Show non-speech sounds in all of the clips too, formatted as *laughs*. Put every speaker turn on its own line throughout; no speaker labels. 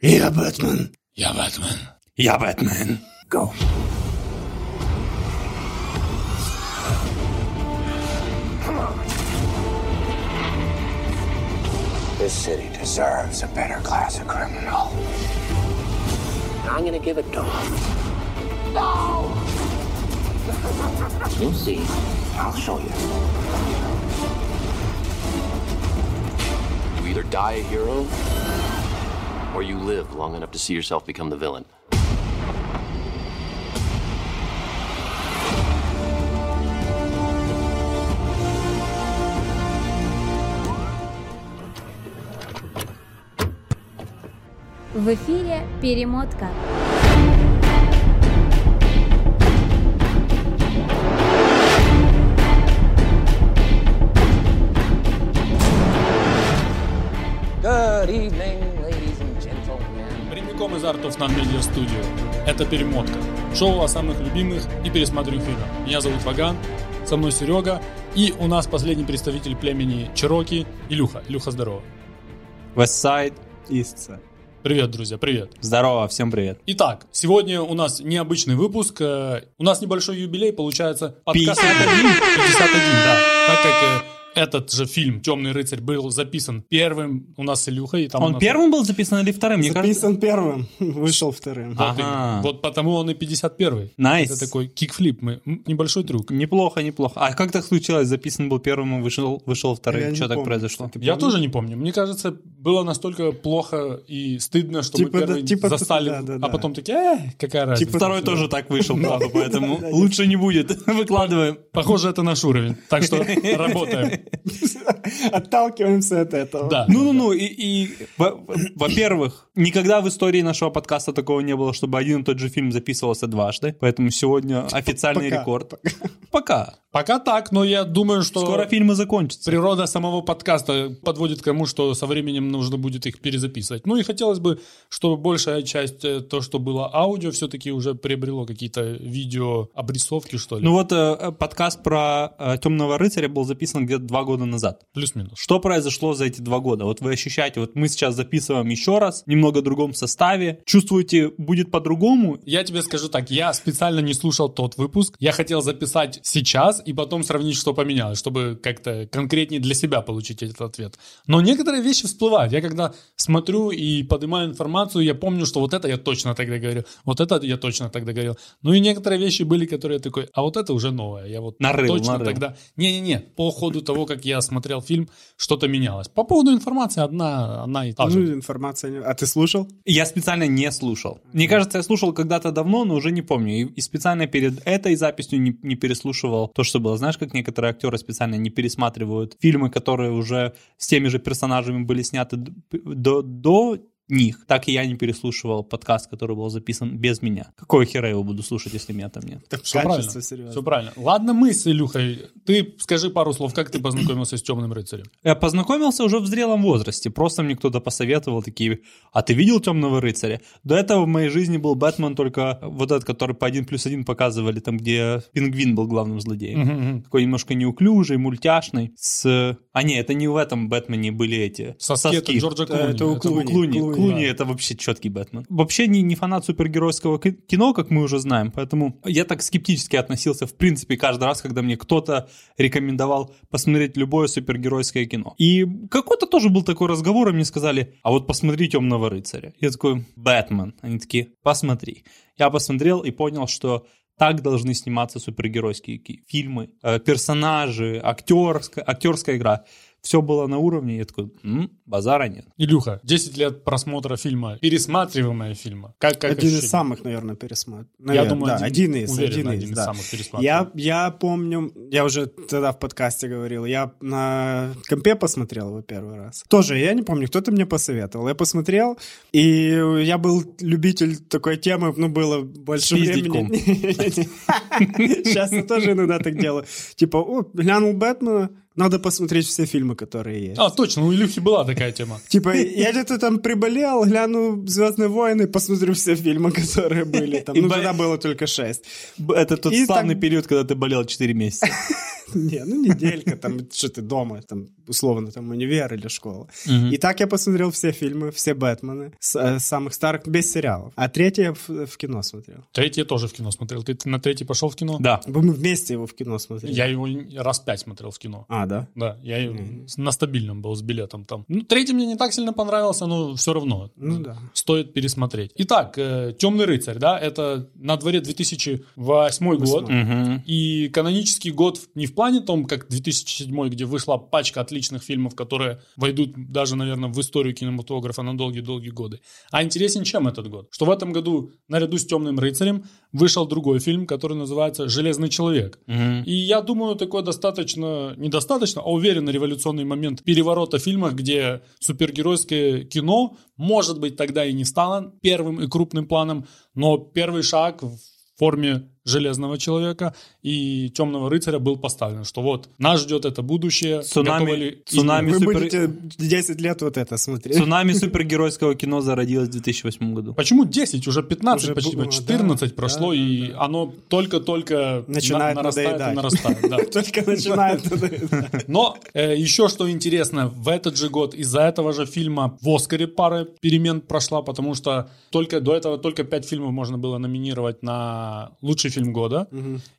Я Бэтмен.
Я Бэтмен.
Я Бэтмен. Go.
This city deserves a better class of criminal. I'm gonna give it to him. No! You'll see. I'll show you.
You either die a hero, or you live long enough to see yourself become the villain.
В эфире «Перемотка».
Good evening, ladies and gentlemen.
Прямиком из Art of Non Media Studio. Это «Перемотка». Шоу о самых любимых и пересматриваемых фильмах. Меня зовут Ваган, со мной Серега, и у нас последний представитель племени Чироки Илюха. Илюха, здорово.
Westside, Истца.
Привет, друзья, привет.
Здорово, всем привет.
Итак, сегодня у нас необычный выпуск. э, У нас небольшой юбилей, получается, подкаст
51.
51, 51, да. Так как э, этот же фильм «Темный рыцарь» был записан первым у нас с Илюхой. и там у
А Он
нас-
первым был записан или вторым? Мне кажется, А.
Записан первым, *laughs* вышел вторым.
Вот,
Ага.
и- вот потому он и 51-й.
Найс.
Это такой кикфлип, мы, м, небольшой трюк.
неплохо, неплохо. А как так случилось? Записан был первым, и вышел, вышел
Я
вторым.
не
Что так
помню.
произошло?
Я тоже не помню. Мне кажется, было настолько плохо и стыдно, что
Типа
мы
да,
первый
типа да,
застали,
да, да,
а
да.
потом такие, «Э, какая разница.
типа
Второй тоже так вышел, правда, поэтому лучше не будет. *laughs* Выкладываем.
Похоже, это наш уровень. Так
*laughs*
что работаем.
Отталкиваемся от этого.
Да. Ну,
Ну-ну-ну, и, и во- во-первых, никогда в истории нашего подкаста такого не было, чтобы один и тот же фильм записывался дважды, поэтому сегодня официальный
Типа пока,
рекорд. Пока.
Пока так, но я думаю, что
Скоро фильмы закончатся.
природа самого подкаста подводит к тому, что со временем нужно будет их перезаписывать. Ну и хотелось бы, чтобы большая часть э, то, что было аудио, все-таки уже приобрело какие-то видео обрисовки, что ли.
Ну вот э, э, подкаст про Темного рыцаря был записан где-то два года назад.
Плюс-минус.
Что произошло за эти два года? Вот вы ощущаете, вот мы сейчас записываем еще раз, немного в другом составе. Чувствуете, будет по-другому?
Ну, Я тебе скажу так, я специально не слушал тот выпуск. Я хотел записать сейчас и потом сравнить, что поменялось, чтобы как-то конкретнее для себя получить этот ответ. Но некоторые вещи всплывают. Я когда смотрю и поднимаю информацию, я помню, что вот это я точно тогда говорил, вот это я точно тогда говорил. Ну и некоторые вещи были, которые я такой, а вот это уже новое. Я вот
Нарыл,
точно
нарыл.
тогда... Не-не-не, по ходу того, как я смотрел фильм, что-то менялось. По поводу информации одна, одна и та же.
Ну, информация... не- А ты слушал?
Я специально не слушал. Мне кажется, я слушал когда-то давно, но уже не помню. И, и специально перед этой записью не, не переслушивал то, что было. Знаешь, как некоторые актеры специально не пересматривают фильмы, которые уже с теми же персонажами были сняты д- до, до них. Так и я не переслушивал подкаст, который был записан без меня. Какой хера я его буду слушать, если меня там нет?
Так
Все правильно.
качество серьезно.
Все правильно. Ладно, мы с Илюхой. Ты скажи пару слов, как ты познакомился с темным рыцарем?
Я познакомился уже в зрелом возрасте. Просто мне кто-то посоветовал такие, а ты видел «Темного рыцаря»? До этого в моей жизни был Бэтмен только вот этот, который по 1 плюс 1 показывали, там, где пингвин был главным злодеем. Такой немножко неуклюжий, мультяшный. С... А не, это не в этом Бэтмене были эти Э,
Соски от Джорджа
Да,
Клуни.
это у
Это
Клуни.
Клуни,
Клуни,
Клуни
да.
это вообще четкий Бэтмен. Вообще не, не фанат супергеройского ки- кино, как мы уже знаем, поэтому я так скептически относился, в принципе, каждый раз, когда мне кто-то рекомендовал посмотреть любое супергеройское кино. И какой-то тоже был такой разговор, и мне сказали, а вот посмотри «Темного рыцаря». Я такой, «Бэтмен». Они такие, «Посмотри». Я посмотрел и понял, что так должны сниматься супергеройские ки- фильмы, э, персонажи, актерская, актерская игра. Все было на уровне, я такой, «М, базара нет.
Илюха, 10 лет просмотра фильма, пересматриваемого фильма. Как, как
один
ощущение?
из самых, наверное, пересмотров.
думаю,
да,
один-
один, из,
уверен,
один,
один
из,
из
да.
самых пересмотров.
я, я помню, я уже тогда в подкасте говорил, я на компе посмотрел его первый раз. Тоже, я не помню, кто-то мне посоветовал. Я посмотрел, и я был любитель такой темы, ну, было больше
Пиздить
времени. *laughs* Сейчас я тоже иногда так делаю. Типа, о, глянул Бэтмена, надо посмотреть все фильмы, которые есть.
А, точно, у Илюхи была такая тема.
Типа, я где-то там приболел, гляну «Звездные войны», посмотрю все фильмы, которые были там.
И
Ну,
бо-
тогда было только шесть.
Б- Это тот
И
славный
так-
период, когда ты болел 4 месяца.
Не, ну неделька, там, что ты дома, там, условно, там, универ или школа.
Мгм.
И так я посмотрел все фильмы, все Бэтмены, с- э, самых старых, без сериалов. А третий я в, в кино смотрел.
Третий я тоже в кино смотрел. Ты на третий пошел в кино?
*laughs* Да.
Мы вместе его в кино смотрели.
Я его раз пять смотрел в кино.
А, да?
Да, я и на стабильном был с билетом там. Ну, третий мне не так сильно понравился, но все равно.
Ну да.
Стоит пересмотреть. Итак, «Темный рыцарь», да, это на дворе 2008
Восьмой.
год.
Мгм.
И канонический год не в плане том, как 2007, где вышла пачка отличных фильмов, которые войдут даже, наверное, в историю кинематографа на долгие-долгие годы. А интересен чем этот год? Что в этом году наряду с «Темным рыцарем» вышел другой фильм, который называется «Железный человек».
Мгм.
И я думаю, такой достаточно, недостаточно, а уверенно революционный момент переворота в фильмах, где супергеройское кино, может быть, тогда и не стало первым и крупным планом, но первый шаг в форме Железного Человека и Темного Рыцаря был поставлен, что вот нас ждет это будущее.
Цунами-
готовы ли-
цунами
Вы
супер-
будете 10 лет вот это смотреть.
Цунами супергеройского кино зародилось в 2008 году.
Почему 10? Уже 15
Уже
почти,
было,
14
да,
прошло,
да,
и оно только-только на-
Начинает
нарастает и
надоедать.
нарастает. да.
*laughs* *laughs* Только начинает.
*laughs*
это-
Но э, еще что интересно, в этот же год из-за этого же фильма в Оскаре пара перемен прошла, потому что только до этого только пять фильмов можно было номинировать на лучший фильм года.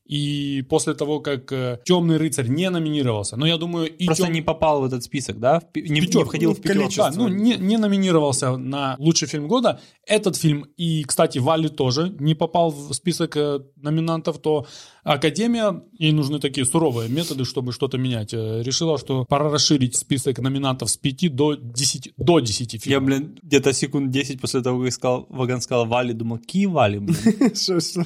И после того, как Темный рыцарь не номинировался, но я думаю, и
Просто
«Тем-
не попал в этот список, да? В пи- Не, не
Пятерку.
входил в
Да,
А, пятерку.
ну, не, не номинировался на лучший фильм года. Этот фильм, и, кстати, Валли тоже не попал в список э, номинантов, то Академия, ей нужны такие суровые методы, чтобы что-то менять, э, решила, что пора расширить список номинантов с 5 до 10, до 10 фильмов.
Я, блин, где-то секунд 10 после того, как сказал, Ваган сказал Вали, думал, какие Вали, *laughs* блин?
Что, что?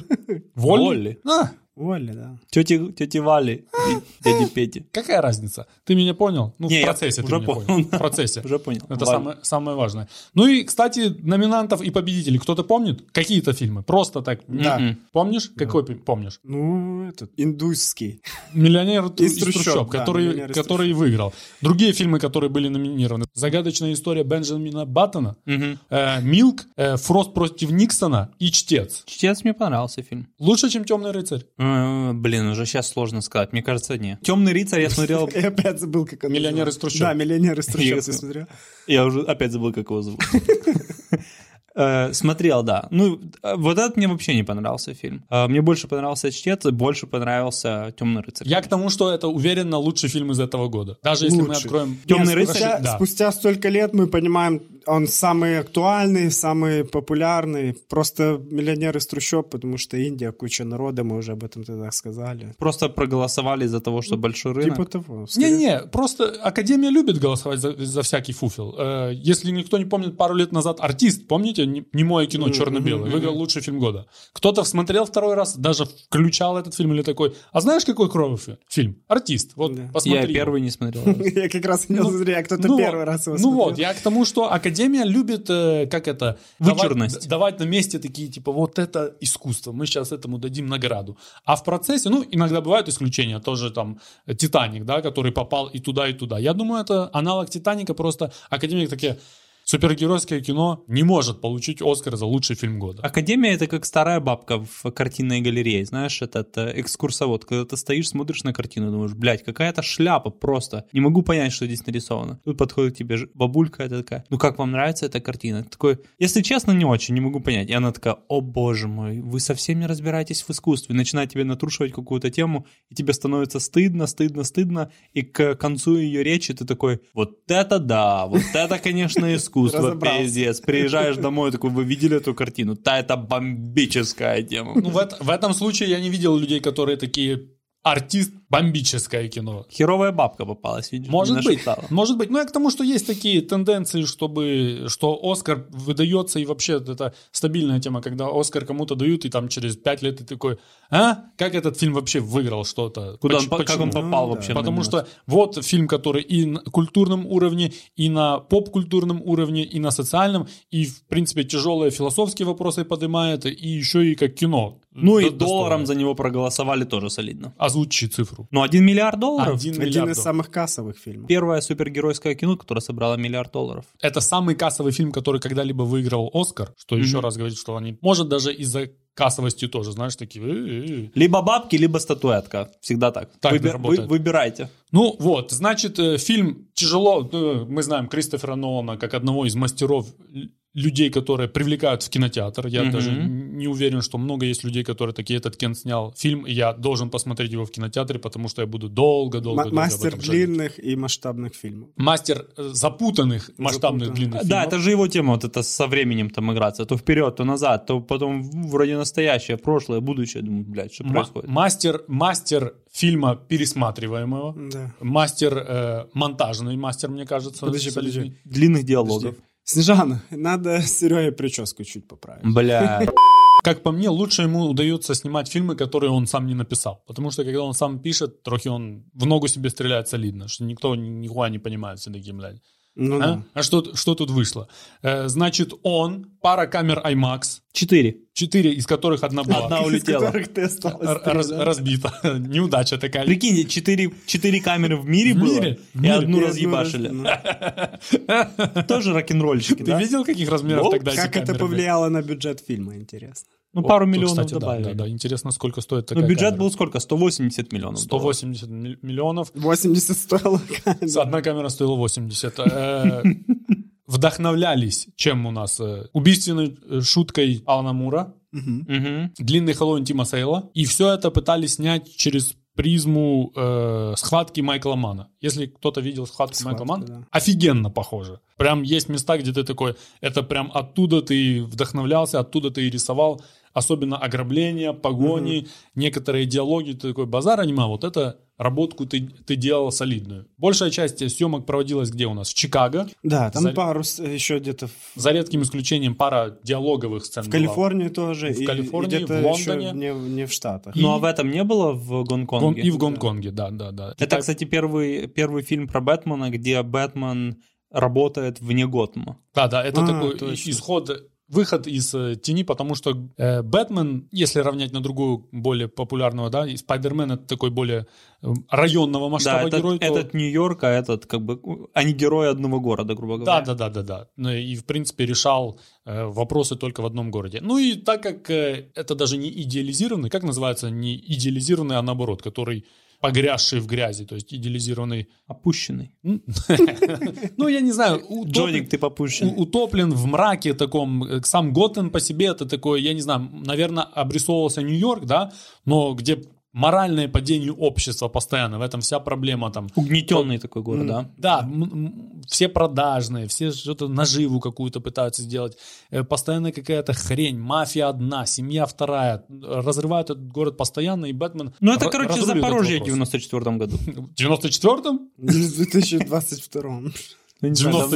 Волли?
Волли.
А,
Воля, да.
Тети, тети Вали и дяди *laughs* Пети.
какая разница? Ты меня понял? Ну,
Не,
в
я
процессе ты
уже
меня
понял.
В процессе.
Уже понял.
Это
Вали.
самое, самое важное. Ну и, кстати, номинантов и победителей. Кто-то помнит? Какие-то фильмы? Просто так.
Да.
Мгм.
Помнишь? Какой пи- помнишь?
Ну, этот, индусский.
Миллионер Тру- из
Из
трущоб,
трущоб, да,
который,
«Миллионер из
который выиграл. Другие фильмы, которые были номинированы. «Загадочная история Бенджамина Баттона»,
Мгм.
э, «Милк», э, «Фрост против Никсона» и «Чтец».
Чтец мне понравился фильм.
Лучше, чем «Темный рыцарь».
Э, Блин, уже сейчас сложно сказать. Мне кажется, не. Темный рыцарь я смотрел.
Я опять забыл, как он
«Миллионер из
назывался.
трущоб».
Да, «Миллионер из
Я
трущоб» ты смотрел.
*laughs* Я уже опять забыл, как его зовут. *laughs* Э, Смотрел, да. Ну, э, вот этот мне вообще не понравился фильм. Э, Мне больше понравился Чтец, больше понравился Темный рыцарь.
Я к тому, что это, уверенно, лучший фильм из этого года. Даже если мы
Лучший.
откроем...
«Темный
Нет,
рыцарь»,
спустя,
да.
спустя столько лет мы понимаем, он самый актуальный, самый популярный. Просто миллионер из трущоб, потому что Индия, куча народа, мы уже об этом тогда сказали.
Просто проголосовали из-за того,
Ну,
что большой рынок.
Типа того. скорее.
Не-не, просто Академия любит голосовать за, за всякий фуфел. Э, если никто не помнит, пару лет назад артист, помните, не- немое кино черно-белое, выиграл лучший фильм года. Кто-то смотрел второй раз, даже включал этот фильм или такой. А знаешь, какой кровый фи- фильм? Артист. Вот
Да.
посмотри.
Я
его.
первый не смотрел. *laughs*
*laughs* Я как раз не
Ну,
зря, кто-то
ну
первый
вот,
раз его
Ну
смотрел.
вот, я к тому, что Академия любит, э, как это, давать-
Вычурность.
д- Давать, на месте такие, типа, вот это искусство, мы сейчас этому дадим награду. А в процессе, ну, иногда бывают исключения, тоже там э, Титаник, да, который попал и туда, и туда. Я думаю, это аналог Титаника, просто Академия такие, супергеройское кино не может получить Оскар за лучший фильм года.
Академия это как старая бабка в картинной галерее, знаешь, этот э, экскурсовод. Когда ты стоишь, смотришь на картину, думаешь, блядь, какая-то шляпа просто. Не могу понять, что здесь нарисовано. Тут подходит к тебе ж- бабулька, это такая, ну как вам нравится эта картина? Ты такой, если честно, не очень, не могу понять. И она такая, о боже мой, вы совсем не разбираетесь в искусстве. И Начинает тебе натрушивать какую-то тему, и тебе становится стыдно, стыдно, стыдно. И к концу ее речи ты такой, вот это да, вот это, конечно, искусство,
Разобрался.
пиздец. Приезжаешь домой, такой, вы видели эту картину? Та это бомбическая тема.
Ну, в, эт- в этом случае я не видел людей, которые такие артист бомбическое кино.
Херовая бабка попалась, видишь?
Может
не
быть,
нашептала.
может быть. Но я к тому, что есть такие тенденции, чтобы, что Оскар выдается, и вообще это стабильная тема, когда Оскар кому-то дают, и там через пять лет ты такой, а? Как этот фильм вообще выиграл что-то?
Куда
Поч-
он, по- как
почему?»
он попал
Ну, да.
вообще? в
Потому
номинацию?
что вот фильм, который и на культурном уровне, и на поп-культурном уровне, и на социальном, и, в принципе, тяжелые философские вопросы поднимает, и еще и как кино.
Ну и
Д-
долларом
достойное.
за него проголосовали тоже солидно.
Озвучи цифру.
Ну, один миллиард долларов.
Один
Один
миллиард
из
долларов.
самых кассовых фильмов.
Первое супергеройское кино, которое собрало миллиард долларов.
Это самый кассовый фильм, который когда-либо выиграл Оскар, что еще раз говорит, что они, может, даже из-за кассовостью тоже, знаешь, такие... «Э, «Э-э-э».
Либо бабки, либо статуэтка. Всегда так.
Так
Выбер-
работает.
вы- выбирайте.
Ну вот, значит, э, фильм тяжело... ну, мы знаем Кристофера Нолана как одного из мастеров л- людей, которые привлекают в кинотеатр. Я
Мгм.
даже не уверен, что много есть людей, которые такие, этот Кен снял фильм, и я должен посмотреть его в кинотеатре, потому что я буду долго-долго...
М- Мастер длинных и масштабных фильмов.
Мастер э, запутанных, масштабных
Запутанных.
длинных
Да,
фильмов.
это же его тема, вот это со временем там играться. То вперед, то назад, то потом вроде настоящее, прошлое, будущее. Думаю, блядь, что
М-
происходит?
Мастер, мастер фильма пересматриваемого.
Да.
Мастер э, монтажный, мастер, мне кажется.
Подожди,
солидный.
подожди.
Длинных диалогов.
Подожди. Снежана, надо Сереге прическу чуть поправить.
Бля.
*laughs* Как по мне, лучше ему удается снимать фильмы, которые он сам не написал. Потому что, когда он сам пишет, трохи он в ногу себе стреляет солидно, что никто ни- нихуя не понимает все такие, блядь.
Ну
А,
да.
А что, что тут вышло? Э, значит, он, пара камер IMAX,
Четыре.
четыре из которых одна была
Одна
Из
улетела.
которых ты осталась
р-
три,
раз-
да?
разбита. *laughs* Неудача такая.
Прикинь, четыре, четыре камеры в мире
В
было,
мире? В
и
мире.
одну
И одну
разъебашили.
раз- ну.
Тоже рок-н-ролльщики,
Ты
да?
видел, каких размеров
Ну,
тогда эти
Как это
камеры были?
повлияло на бюджет фильма, интересно?
Ну,
Вот,
пару
тут,
миллионов
кстати, да,
добавили.
Да, да, интересно, сколько стоит такая
Ну, бюджет
камера.
был сколько? 180 миллионов долларов.
180 миль- миллионов.
80 *laughs* стоило
С-
камера.
Одна камера стоила 80. Э, Вдохновлялись, чем у нас? э, Убийственной э, шуткой Алана Мура,
Мгм.
Мгм.
длинный Хэллоуин Тима Сейла. И все это пытались снять через призму э, схватки Майкла Мана. Если кто-то видел схватку
Схватку,
Майкла Мана,
да.
офигенно похоже. Прям есть места, где ты такой, это прям оттуда ты вдохновлялся, оттуда ты и рисовал. Особенно ограбления, погони, некоторые диалоги. Ты такой, базар аниме, вот это работку ты, ты делал солидную. Большая часть съемок проводилась где у нас? В Чикаго.
Да, там
За-
пару с- еще где-то в-
За редким исключением пара диалоговых сцен.
в
была.
Калифорнии тоже.
Ну В
и- и
Калифорнии,
где-то
в
еще
Лондоне.
Не не в Штатах.
И-
Ну, а в этом не было в
Гон-
Гонконге?
и в Гонконге, да, да, да.
Это,
Китай-
кстати, первый, первый фильм про Бэтмена, где Бэтмен работает вне Готэма.
Да, да, это
А,
такой
точно.
исход, выход из э, тени, потому что э, Бэтмен, если равнять на другую, более популярного, да, и Спайдермен это такой более э, районного
Да,
масштаба
этот,
герой. то-
этот Нью-Йорк, а этот как бы... у- Они герои одного города, грубо
Да,
говоря.
да, да, да, да. Ну, И, в принципе, решал э, вопросы только в одном городе. Ну и так как э, это даже не идеализированный, как называется, не идеализированный, а наоборот, который погрязший в грязи, то есть идеализированный.
Опущенный.
Ну, я не знаю, удобный-
Джоник, ты попущенный.
У- утоплен в мраке таком. Э, Сам Готэм по себе это такой, я не знаю, наверное, обрисовывался Нью-Йорк, да, но где моральное падение общества постоянно, в этом вся проблема там.
Угнетенный такой город,
М.
да?
Да, м- м- все продажные, все что-то наживу какую-то пытаются сделать. Э, Постоянно какая-то хрень, мафия одна, семья вторая. Разрывают этот город постоянно, и Бэтмен...
Ну, это,
ра-
короче,
разрулит этот
Запорожье в
вопрос.
94
*laughs*
году.
В 94-м?
*laughs* В
*laughs*
2022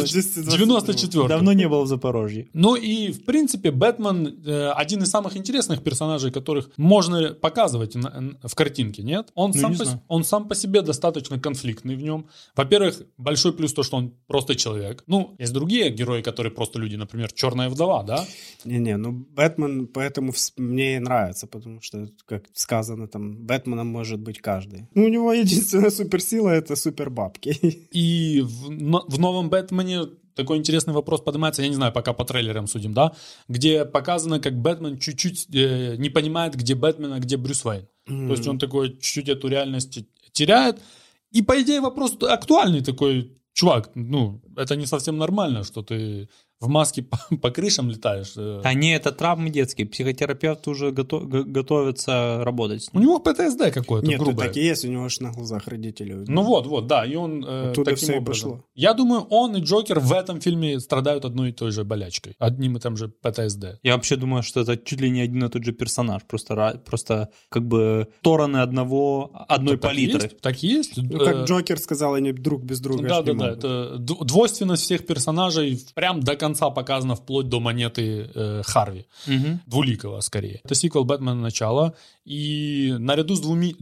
В 94-м.
Давно не было в Запорожье.
Ну и, в принципе, Бэтмен э, один из самых интересных персонажей, которых можно показывать на- н- в картинке, нет? Он,
Ну,
сам
не
по, с-
знаю.
он сам по себе достаточно конфликтный в нем. Во-первых, большой плюс то, что он просто человек. Ну, есть другие герои, которые просто люди, например, Черная вдова, да?
Не-не, ну Бэтмен поэтому вс- мне и нравится, потому что, как сказано, там Бэтменом может быть каждый. Ну, у него единственная суперсила — это супербабки.
И в, но- в новом Бэтмене такой интересный вопрос поднимается, я не знаю, пока по трейлерам судим, да? Где показано, как Бэтмен чуть-чуть э, не понимает, где Бэтмен, а где Брюс Уэйн. *laughs* То есть он такой чуть-чуть эту реальность теряет. И, по идее, вопрос актуальный такой. Чувак, ну, это не совсем нормально, что ты в маске *laughs* по, по крышам летаешь. э.
А не, это травмы детские. Психотерапевт уже гото- г- готовится работать. с
У
ним.
него ПТСД какое-то
Нет, ну,
грубое.
так и есть, у него же на глазах родители. убили.
Ну вот, вот, да, и он э,
Оттуда
таким
всё и
образом.
пошло.
Я думаю, он и Джокер в этом фильме страдают одной и той же болячкой, одним и тем же ПТСД.
Я вообще думаю, что это чуть ли не один и тот же персонаж. Просто, ра- просто как бы стороны одного, одной
Так и
Ну палитры.
есть, Так и есть.
Ну,
Э,
как Джокер сказал, они друг без друга
Да,
ж не
да, да.
могут.
Это дв- двойственность всех персонажей прям до конца показана вплоть до монеты э, Харви.
Мгм.
двуликого скорее. Это сиквел «Бэтмена. Начало». И наряду с двумя...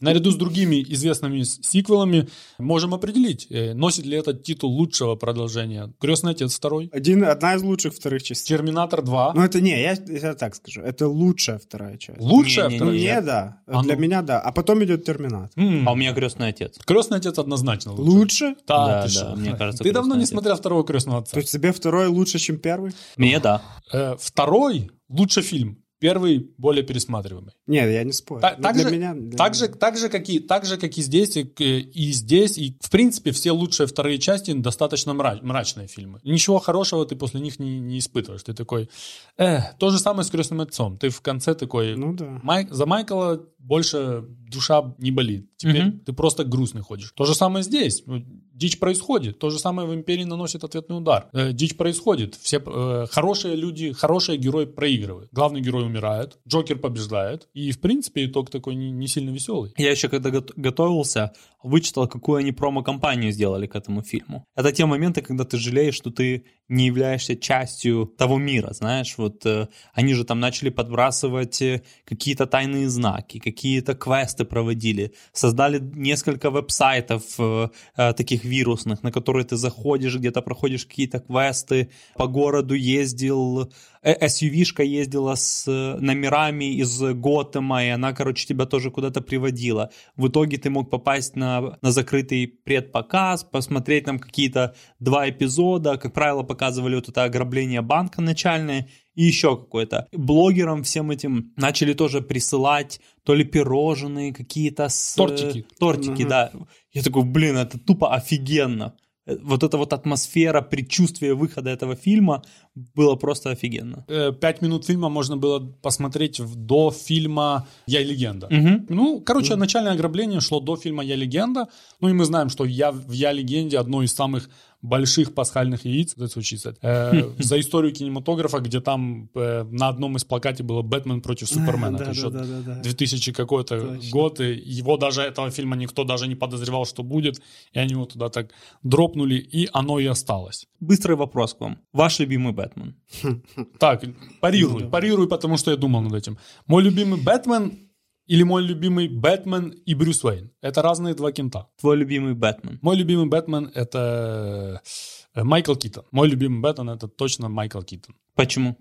Наряду с другими известными с- сиквелами можем определить, э, носит ли этот титул лучшего продолжения. «Крестный отец» второй,
Один, одна из лучших вторых частей.
«Терминатор 2»,
Ну, это не, я, я так скажу, это лучшая вторая часть.
лучшая
Не-не-не.
Ну,
вторая.
Мне да,
А
для
ну.
меня да, а потом идет Терминатор.
М,
А у меня крестный отец.
«Крестный отец» однозначно лучше.
Лучше?
Да,
Да,
ты
да,
что?
мне кажется,
ты давно
«Крестный
не
отец».
смотрел второго «Крестного отца».
То есть тебе второй лучше, чем первый?
Мне да.
Э, второй лучше фильм. Первый более пересматриваемый.
Нет, я не спорю.
Та-
Ну,
так,
для
же,
меня, для
так,
меня.
Же, так, же, как и, так же, как и здесь, и, к- и здесь, и в принципе все лучшие вторые части достаточно мра- мрачные фильмы. Ничего хорошего ты после них не, не испытываешь. Ты такой, «Эх». то же самое с «Крестным отцом». Ты в конце такой,
Ну да.
«Май- за Майкла больше душа не болит. Теперь
Мгм.
ты просто грустный ходишь. То же самое здесь. Ну, Дичь происходит. То же самое в «Империи» наносит ответный удар. Э, Дичь происходит. Все э, хорошие люди, хорошие герои проигрывают. Главный герой умирает, Джокер побеждает. И, в принципе, итог такой не, не сильно веселый.
Я еще когда гот- готовился, вычитал, какую они промо-компанию сделали к этому фильму. Это те моменты, когда ты жалеешь, что ты не являешься частью того мира, знаешь, вот э, они же там начали подбрасывать э, какие-то тайные знаки, какие-то квесты проводили, создали несколько веб-сайтов э, э, таких вирусных, на которые ты заходишь, где-то проходишь какие-то квесты, по городу ездил, э, SUV-шка ездила с э, номерами из Готэма, и она, короче, тебя тоже куда-то приводила. В итоге ты мог попасть на, на закрытый предпоказ, посмотреть там какие-то два эпизода, как правило, показывали вот это ограбление банка начальное, и еще какое-то. Блогерам всем этим начали тоже присылать то ли пирожные какие-то с... э,
Тортики.
Тортики,
Мгм.
да. Я такой, блин, это тупо офигенно. Э, Вот эта вот атмосфера, предчувствие выхода этого фильма было просто офигенно.
Э, Пять минут фильма можно было посмотреть в- до фильма «Я легенда».
Мгм.
Ну, короче, начальное ограбление шло до фильма «Я легенда». Ну и мы знаем, что я в «Я легенде» одно из самых больших пасхальных яиц, that's what she
*laughs*
said, э, за историю кинематографа, где там э, на одном из плакате было «Бэтмен против Супермена».
А, Да,
Это
да,
еще
да, да, да.
2000 какой-то
Точно.
год, и его даже, этого фильма никто даже не подозревал, что будет, и они его туда так дропнули, и оно и осталось.
Быстрый вопрос к вам. Ваш любимый Бэтмен?
Так,
Ну,
парируй, парируй, потому что я думал над этим. Мой любимый Бэтмен или мой любимый Бэтмен и Брюс Уэйн. Это разные два кента.
Твой любимый Бэтмен?
Мой любимый Бэтмен это э, Майкл Китон. Мой любимый Бэтмен это точно Майкл Китон.
Почему?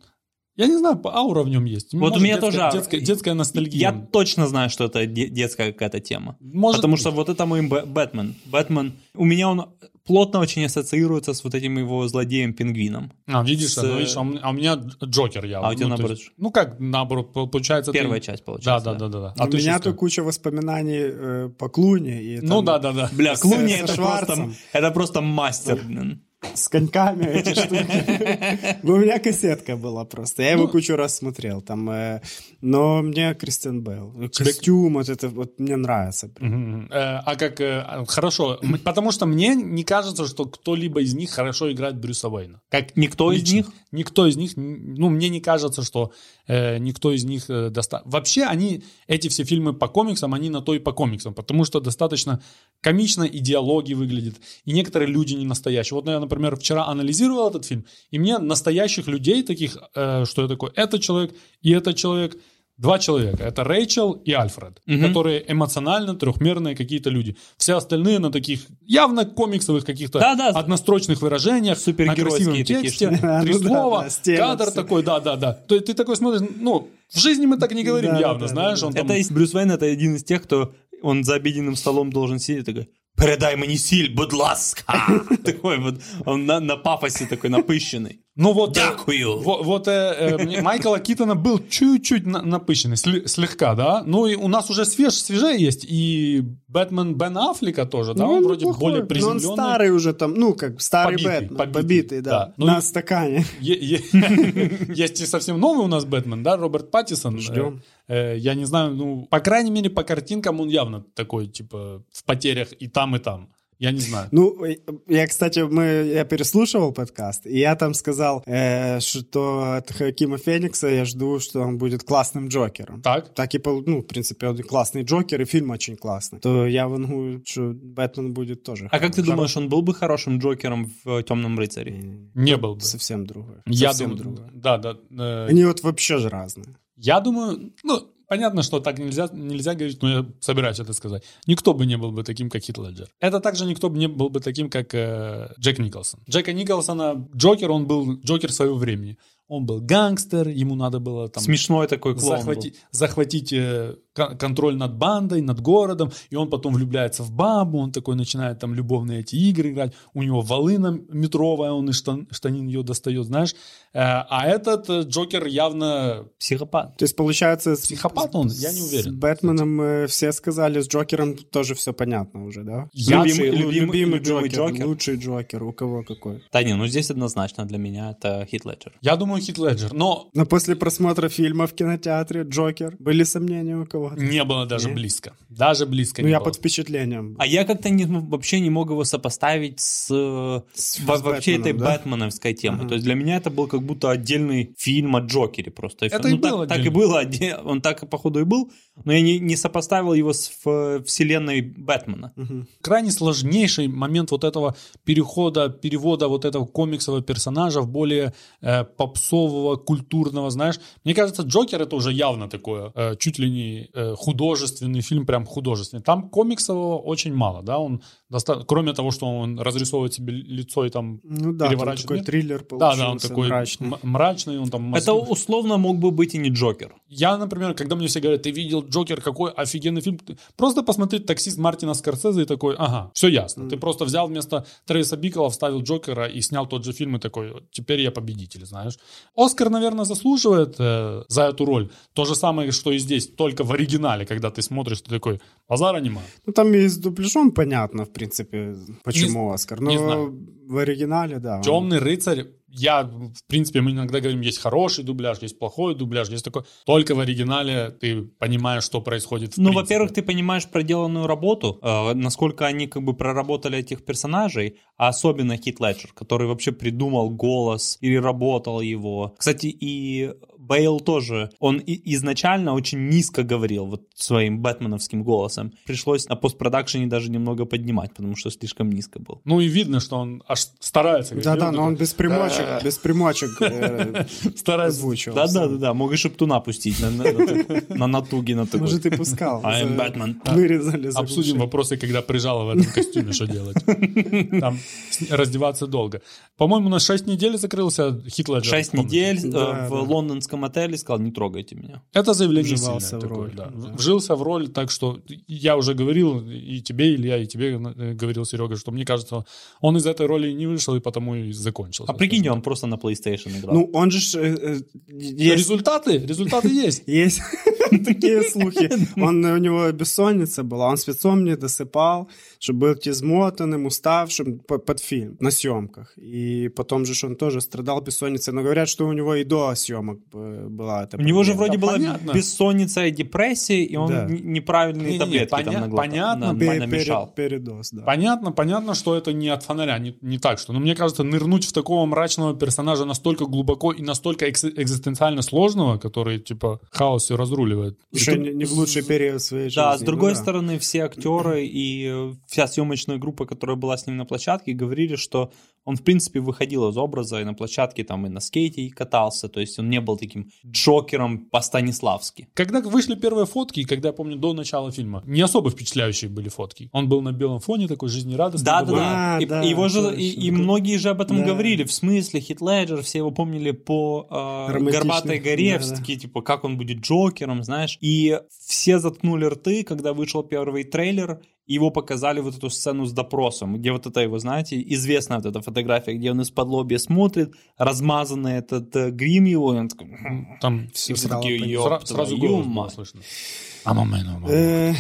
Я не знаю, по- аура в нем есть.
Вот у меня тоже аура.
детская, детская ностальгия.
Я точно знаю, что это де- детская какая-то тема.
Может
Потому
быть.
что вот это мой Бэ- Бэтмен. Бэтмен, у меня он плотно очень ассоциируется с вот этим его злодеем-пингвином.
А, видишь,
с, э,
а, ну, видишь, а у м- а у меня Дж- Джокер я.
А у тебя
ну, то
наоборот.
есть- ну как наоборот, пол- получается. ты-
Первая часть,
Да,
получается. Ну,
да, да, да. да.
У
А ты
меня
что?
тут куча воспоминаний э, по Клуне. И,
Ну
там
да, да, да.
Бля, Клуни
Со
это просто,
Шварцем.
это просто мастер. блин.
С коньками эти штуки.
*laughs*
Ну, у меня кассетка была просто. Я его
Ну.
кучу раз смотрел. там, э, Но мне Кристиан Бейл. Костюм, вот это вот мне нравится. прям.
Мгм. Э, А как э, а, хорошо, м- потому что мне не кажется, что кто-либо из них хорошо играет Брюса Уэйна. Как
Никто из
лично.
них?
Никто из них, н- ну мне не кажется, что э, никто из них э, доста- Вообще они эти все фильмы по комиксам, они на то и по комиксам, потому что достаточно комично и диалоги выглядят, и некоторые люди не настоящие. Вот я, например, вчера анализировал этот фильм, и мне настоящих людей таких, э, что я такой, этот человек и этот человек. Два человека. Это Рэйчел и Альфред,
Мгм.
которые эмоционально трехмерные какие-то люди. Все остальные на таких явно комиксовых каких-то
Да-да.
однострочных выражениях,
Супергеройские
на красивом
такие
тексте,
штуки. Да, *laughs* ну
три
да,
слова,
да, стена,
кадр
всё.
такой, да-да-да. То есть ты такой смотришь, ну, в жизни мы так не говорим
Да,
явно,
да, да,
знаешь,
да.
он там...
Это из- Брюс Уэйн это один из тех, кто он за обеденным столом должен сидеть и такой «Передай мне сіль, будь ласка!» *laughs* Такой вот, он на, на пафосе такой напыщенный.
Ну вот...
Дякую.
э, во- Вот э, э, мне *laughs* Майкла Китона был чуть-чуть на- напыщенный, сле- слегка, да? Ну и у нас уже свеж, свежее есть, и Бэтмен Бен Аффлека тоже, да?
Ну,
он вроде
неплохой,
более
но он
приземленный.
старый уже там, ну, как старый
Побитый,
Бэтмен,
побитый,
побитый,
да.
да,
Ну
на
и-
стакане. *laughs*
Е- *laughs* е- Есть и совсем новый у нас Бэтмен, да, Роберт Паттисон.
Ждем.
Э, э, Я не знаю, ну, по крайней мере, по картинкам он явно такой, типа, в потерях и там, и там. Я не знаю.
Ну, э, я, кстати, мы, я переслушивал подкаст, и я там сказал, э, что от Хакима Феникса я жду, что он будет классным Джокером.
Так.
Так и, пол- ну, в принципе, он классный Джокер, и фильм очень классный. То я вангую, что Бэтмен будет тоже.
А как ты
хороший.
думаешь, он был бы хорошим Джокером в «Темном рыцаре»?
Не был бы.
Совсем другое.
Я
Совсем
думаю,
другое.
да, да. э,
Они вот вообще же разные.
Я думаю, ну, понятно, что так нельзя, нельзя говорить, но я собираюсь это сказать. Никто бы не был бы таким, как Хит Леджер. Это также никто бы не был э, бы таким, как э, Джек Николсон. Джека Николсона, Джокер, он был Джокер своего времени. он был гангстер, ему надо было там...
Смешной такой клоун
захвати- захватить э, кон- контроль над бандой, над городом, и он потом влюбляется в бабу, он такой начинает там любовные эти игры играть, у него волына метровая, он из штан- штанин ее достает, знаешь, Э, а этот э, Джокер явно
был. Психопат.
То есть, получается... с-
Психопат он?
с-
Я не
С
уверен,
Бэтменом э, все сказали, с Джокером тоже все понятно уже, да?
Я-
Лучший- лю-
любимый- любимый Джокер.
Лучший Джокер, у кого какой.
Да не, ну здесь однозначно для меня это Хит Леджер.
я думаю, Хит Леджер, но
Но после просмотра фильма в кинотеатре «Джокер» были сомнения у кого-то?
не было даже
Не?
близко. Даже близко
Ну,
не
я
было.
под впечатлением.
А я как-то не, вообще не мог его сопоставить с, э,
С-
с во-
с
вообще
Бэтменом,
этой
да?
бэтменовской темой.
Ага.
То есть для меня это был как будто отдельный фильм о Джокере просто.
Это и
так,
был
так и
отдельный.
было, отде- он так походу и был, но я не, не сопоставил его с э, вселенной Бэтмена.
Мгм.
крайне сложнейший момент вот этого перехода, перевода вот этого комиксового персонажа в более э, попсового, культурного, знаешь. Мне кажется, Джокер это уже явно такое, э, чуть ли не э, художественный фильм, прям художественный. Там комиксового очень мало, да, он доста- кроме того, что он разрисовывает себе лицо и там...
Ну да, там
Переворачивать
такой
мир?
триллер
Да,
получился,
да, он такой
мрачный.
м- мрачный, он там...
Это
мозги-
условно мог бы быть и не Джокер.
я, например, когда мне все говорят, ты видел Джокер, какой офигенный фильм. ты- Просто посмотреть таксист Мартина Скорсезе и такой, ага, все ясно. Ты просто взял вместо Трэвиса Бикова, вставил Джокера и снял тот же фильм и такой, теперь я победитель, знаешь. Оскар, наверное, заслуживает э, за эту роль. То же самое, что и здесь, только в оригинале, когда ты смотришь, ты такой, базара нема.
Ну, там и с дубляжом понятно, в принципе, почему Оскар. Но
не знаю.
в оригинале, да. он-
Темный рыцарь, я, в принципе, мы иногда говорим, есть хороший дубляж, есть плохой дубляж, есть такой. Только в оригинале ты понимаешь, что происходит в
Ну,
принципе.
во-первых, ты понимаешь проделанную работу, э, насколько они как бы проработали этих персонажей, а особенно Хит Леджер, который вообще придумал голос, переработал его. Кстати, и Бейл тоже, он и- изначально очень низко говорил вот своим бэтменовским голосом. Пришлось на постпродакшене даже немного поднимать, потому что слишком низко был.
Ну и видно, что он аж старается.
Да, да,
Говорит,
но он
он
без примочек, без примочек э,
*laughs* старается.
озвучивал.
Да-да-да, да, мог и шептуна пустить на, на- на- на натуге на такой.
Может, ты пускал.
I am
за-
Batman.
Вырезали за
Обсудим
уши.
вопросы, когда прижала в этом костюме, что
*laughs*
делать. Там с- раздеваться долго. По-моему, на 6 недель закрылся Хит Леджер.
Шесть
помните?
недель э,
Да,
в
да.
лондонском отеле сказал, не трогайте меня.
Это заявление
Вживался
сильное
в
такое,
роль,
да.
да.
Вжился в роль, так что я уже говорил и тебе, Илья, и тебе э, говорил, Серега, что мне кажется, он из этой роли не вышел и потому и закончился.
А прикинь, он просто на PlayStation играл.
Ну, он же... ж, э, э, Есть
Результаты, результаты есть.
Есть *laughs* такие слухи. Он, у него бессонница была, он спецом не досыпал, чтобы быть измотанным, уставшим по- под фильм на съемках. И потом же ж он тоже страдал бессонницей. Но говорят, что у него и до съемок э, была эта
У него же
проблема.
вроде
Да,
была
понятно.
бессонница и депрессия, и он
Да.
н- неправильные
Не-не-не,
таблетки
поня-
там нагло-
понятно,
на-
он
Пе-
на-
пере-
намешал.
Передоз, да.
Понятно, понятно, что это не от фонаря, не, не так что. Но мне кажется, нырнуть в такого мрачного персонажа настолько глубоко и настолько экс- экзистенциально сложного, который типа хаос все разруливает.
Еще не, не в лучший период своей жизни.
Да, с
ну
другой
да.
стороны, все актеры и э, вся съемочная группа, которая была с ним на площадке, говорили, что он, в принципе, выходил из образа и на площадке, там, и на скейте и катался, то есть он не был таким джокером по-станиславски.
Когда вышли первые фотки, и когда я помню до начала фильма, не особо впечатляющие были фотки. Он был на белом фоне такой жизнерадостный. довольный.
Да-да-да,
А,
и,
да,
его же,
точно.
и, и многие же об этом
Да.
говорили, в смысле, Хит Леджер, все его помнили по э,
Романтичный.
«Горбатой горе»,
Да,
все
да.
такие, типа, как он будет Джокером, знаешь, и все заткнули рты, когда вышел первый трейлер, и его показали вот эту сцену с допросом, где вот это его, знаете, известная вот эта фотография, где он из-под лобья смотрит, размазанный этот э, грим его, и он такой... «М,
Там
Все
сра-
стало
такие,
понятно.
«Ёп
сра- сразу
твою
голос было
мать».
слышно. А мама, ну, мама.
Э,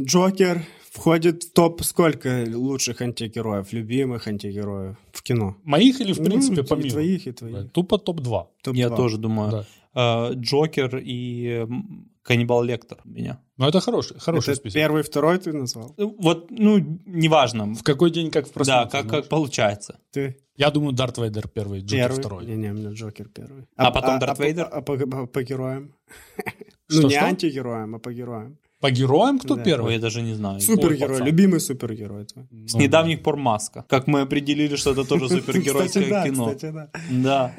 Джокер входит в топ сколько лучших антигероев, любимых антигероев в кино?
Моих или в
Ну,
принципе
и
по миру?
твоих, и твоих. А.
Тупо топ-2.
Я
Топ-два.
тоже думаю. э, Джокер и э, м, Каннибал Лектор у меня.
Но это хороший, хороший
Это
список.
первый, второй ты назвал?
Э, Вот, ну, неважно.
В какой день, как в
Да,
просмотре.
как,
знаешь.
как получается.
Ты
Я думаю, Дарт Вейдер первый, Джокер
первый?
второй.
Не, не, у меня Джокер первый.
А потом Дарт
по-
Вейдер?
А по, по- по героям?
Что,
Ну, не
что?
антигероям, а по героям.
По героям кто
Да.
Ой,
первый?
я даже не знаю.
Супергерой,
Ой, пацан.
любимый супергерой твой.
С недавних
*laughs*
пор Маска. Как мы определили, что это тоже супергеройское
Кстати, да,
кино.
кстати, да.
Да.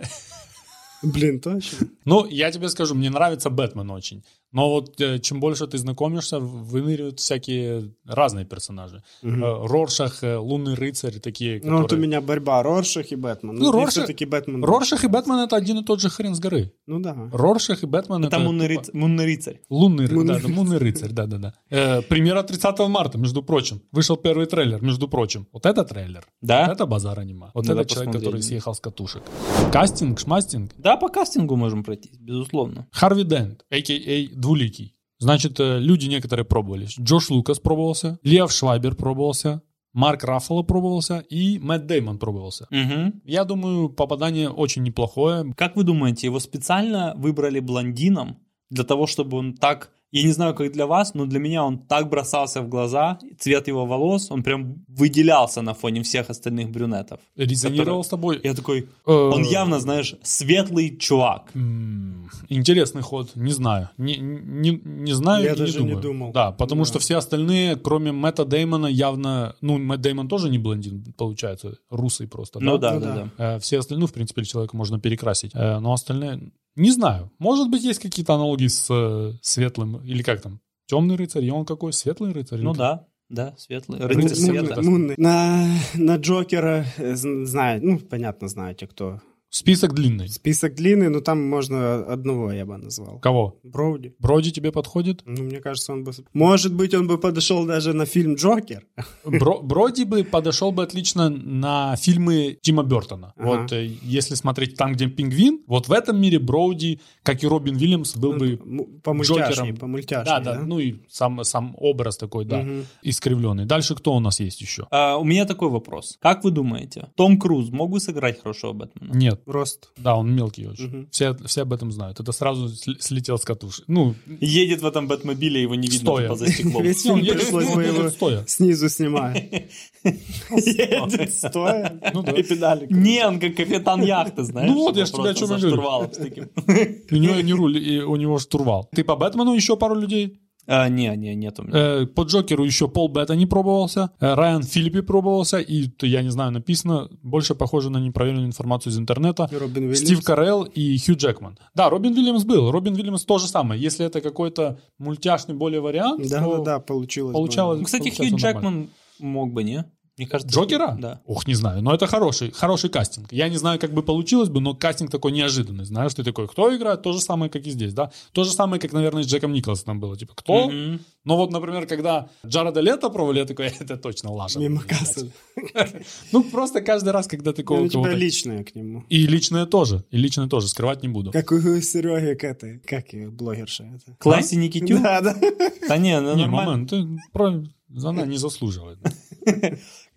Блин, точно.
Ну, я тебе скажу, мне нравится Бэтмен очень. Но вот э, чем больше ты знакомишься, выныривают всякие разные персонажи. Э, Роршах, э, Лунный рыцарь, такие, которые...
Ну, вот у меня борьба Роршах и Бэтмен.
Ну,
Ну,
Роршах-
все-таки Бэтмен.
Роршах и Бэтмен — это один и тот же хрен с горы.
Ну да.
Роршах и
Ну,
Бэтмен — это... типа
Там Мунный Риц- Мунный рыцарь.
Лунный, ры-
Лунный
да, да, Мунный рыцарь, да-да-да. Э, премьера 30 марта, между прочим. Вышел первый трейлер, между прочим. Вот это трейлер.
Да?
А?
Вот это базар анима. Вот
Надо
это человек,
посмотреть.
который съехал с катушек. Кастинг, шмастинг.
Да, по кастингу можем пройтись, безусловно.
Харви Дент, а.к.а. Двуликий. Значит, э, люди некоторые пробовались. Джош Лукас пробовался, Лев Швайбер пробовался, Марк Раффало пробовался и Мэтт Деймон пробовался.
Мгм.
Я думаю, попадание очень неплохое.
Как вы думаете, его специально выбрали блондином для того, чтобы он так... Я не знаю, как для вас, но для меня он так бросался в глаза, цвет его волос, он прям выделялся на фоне всех остальных брюнетов.
Резонировал с тобой.
Я такой,
Э,
он явно, знаешь, светлый чувак.
М, Интересный ход, не знаю. Не, не, не знаю
Я
и
даже не
не думаю.
думал.
Да, потому
Да.
что все остальные, кроме Мэтта Деймона, явно... Ну, Мэтт Деймон тоже не блондин, получается, русый просто.
Ну да,
ну
да,
да.
да.
Э, Все остальные, ну, в принципе, человека можно перекрасить. Э, Но остальные... Не знаю. Может быть, есть какие-то аналогии с э, светлым... Или как там? Темный рыцарь, и он какой? Светлый рыцарь?
Ну
Или
да, да, светлый.
Ну,
Рыцарь
ну,
света.
ну, ну, На, на Джокера э, зн- знаю, ну, понятно, знаете, кто.
как? Список длинный.
Список длинный, но там можно одного я бы назвал.
Кого?
Броуди.
Броди тебе подходит?
Ну, мне кажется, он бы... Может быть, он бы подошел даже на фильм «Джокер».
Бро- Броди бы подошел бы отлично на фильмы Тима Бертона.
Ага.
Вот э, если смотреть там, где пингвин, вот в этом мире Броуди, как и Робин Уильямс,
Ну,
был бы...
По мультяшней,
Джокером.
по мультяшней,
Да, да, ну и сам, сам образ такой, да,
Мгм.
искривленный. Дальше кто у нас есть еще?
А, у меня такой вопрос. Как вы думаете, Том Круз мог бы сыграть хорошего Бэтмена?
Нет,
Рост.
Да, он мелкий очень.
Мгм.
Все, все об этом знают. Это сразу сли- слетел с катушек.
*laughs*
Ну,
Едет в этом Бэтмобиле, его не видно
Стоя.
типа, за стеклом.
Весь
он
фильм
едет,
пришлось
он
бы
едет
его
ну, стоя.
снизу снимать.
Едет.
Стоя.
ну да.
И педали.
Не, он как капитан яхты, знаешь.
Ну вот, я ж тебя
чтобы
о чём
просто
и
за
говорю.
штурвалом с таким.
у него не руль, и у него штурвал. Ты по Бэтмену еще пару людей.
А, Не, не, нет у меня.
Э, по Джокеру еще Пол Бета не пробовался. Э, Райан Филиппи пробовался. И, т- я не знаю, написано, больше похоже на непроверенную информацию из интернета.
Робин Уильямс.
Стив Карелл и Хью Джекман. Да, Робин Уильямс был. Робин Уильямс то же самое. Если это какой-то мультяшный более
*laughs*
вариант,
Да,
то
да, да, получилось. бы.
получалось-
Ну, Кстати,
получается
Хью
нормально.
Джекман мог бы, не? Мне кажется,
Джокера?
Да.
Ух, не знаю. Но это хороший, хороший кастинг. Я не знаю, как бы получилось бы, но кастинг такой неожиданный. Знаешь, ты такой, кто играет? То же самое, как и здесь, да? То же самое, как, наверное, с Джеком Николсоном было. Типа, кто?
Мгм.
Но вот, например, когда Джареда Лето пробовали, я такой, *laughs* это точно Лаша.
Мимо
будет играть».
кассы.
Ну, просто каждый раз, когда ты
Ну, У
кого-то...
тебя личное к нему.
И личное тоже. И личное тоже. Скрывать не буду.
Как у Сереги к этой, как ее, блогерша. это.
Класси Никитюк?
Да, да.
Да не, ну
Не,
нормально.
момент, ты про- она не заслуживает.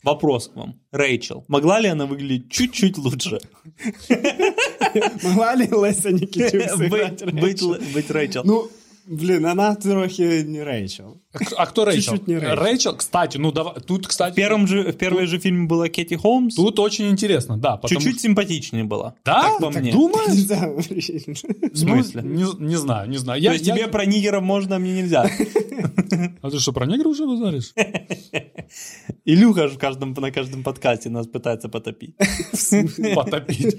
Вопрос к вам. Рэйчел, могла ли она выглядеть чуть-чуть лучше?
Могла ли Леся Никитюк сыграть
*laughs* Быть быть
Рэйчел?
Л- быть Рэйчел.
Ну, блин, она трохи не Рэйчел.
А к- А кто Рэйчел?
*laughs* Чуть-чуть не Рэйчел.
Рэйчел, кстати, ну давай... Тут,
В
кстати...
первом же, в первом же фильме была Кэти Холмс.
Тут очень интересно, да. потому
чуть-чуть симпатичнее была.
Да?
Как по
Так
мне.
думаешь?
*laughs* Да, блин.
В смысле?
Ну, не, не знаю, не знаю.
То
Я,
есть
я-
тебе про нигеров можно, а мне
*laughs*
нельзя.
А ты что, про негра уже базаришь?
*laughs* Илюха же в каждом, на каждом подкасте нас пытается
*laughs*
потопить.
Потопить.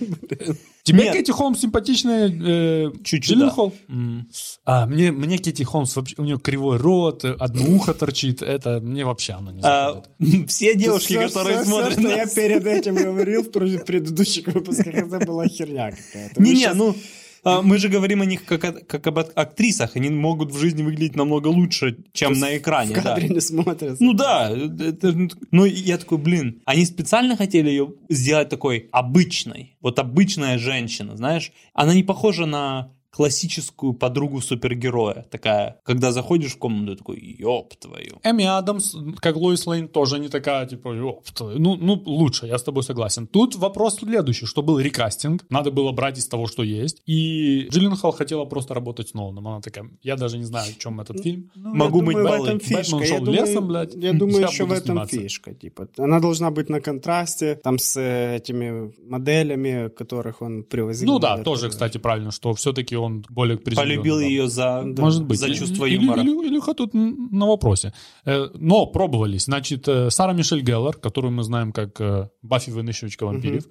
Тебе
Нет.
Кэти Холмс симпатичная? э,
Чуть-чуть,
Джилленхол?
М.
А, мне, мне Кэти Холмс, вообще, у нее кривой рот, э, одно ухо торчит. Это мне вообще она не
*laughs*
А,
заходит.
Все девушки,
Всё,
которые
всё, всё,
смотрят
что я
нас...
перед этим говорил в пред- предыдущих выпусках, это была херня какая-то. Вы
Не-не,
щас-
ну... а, Мы же говорим о них как, о- как об ак- актрисах. Они могут в жизни выглядеть намного лучше, чем на экране.
в
да.
кадре не смотрятся.
Ну да, это же- ну и я такой, блин, они специально хотели ее сделать такой обычной, вот обычная женщина, знаешь, она не похожа на классическую подругу супергероя, такая, когда заходишь в комнату, такой, ёб твою.
Эми Адамс, как Лоис Лейн, тоже не такая, типа, «Ёп твою». ну, ну, лучше, я с тобой согласен. Тут вопрос следующий, что был рекастинг, надо было брать из того, что есть, и Джилленхол хотела просто работать с Ноланом, она такая, я даже не знаю, в чем этот фильм.
Ну,
Могу
я
быть
думаю, в
Беллой.
этом фишка.
Бэтмен
Я
шел
думаю,
лесом, блядь.
Я думаю,
Я
еще в
буду
этом
сниматься.
фишка. Типа, она должна быть на контрасте там с э, этими моделями, которых он привозил.
Ну да,
наверное,
тоже,
туда.
кстати, правильно, что все-таки он более приземлённый,
Полюбил
да.
ее за,
Может быть.
за чувство
Или-
юмора.
Или, или Ха тут на вопросе. Э, Но пробовались. Значит, э, Сара Мишель Геллар, которую мы знаем как э, Баффи вынищивачка вампиров,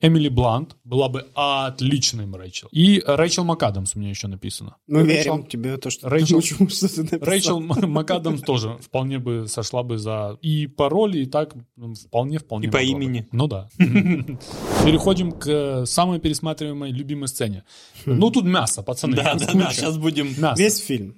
Эмили Блант была бы отличным Рэйчел. И Рэйчел МакАдамс у меня еще написано.
Мы
Рэйчел-
верим Ну, тебе, то, что
Рэйчел-
ты научил, что ты написал. *laughs*
Рэйчел М- МакАдамс тоже вполне бы сошла бы за и по роли, и так м, вполне-вполне.
И по
могла бы.
имени.
Ну
*laughs*
да. Переходим к э, самой пересматриваемой любимой сцене. Ну тут мясо, пацаны.
Да,
тут
да, да,
куча.
сейчас будем...
Мясо.
Весь фильм.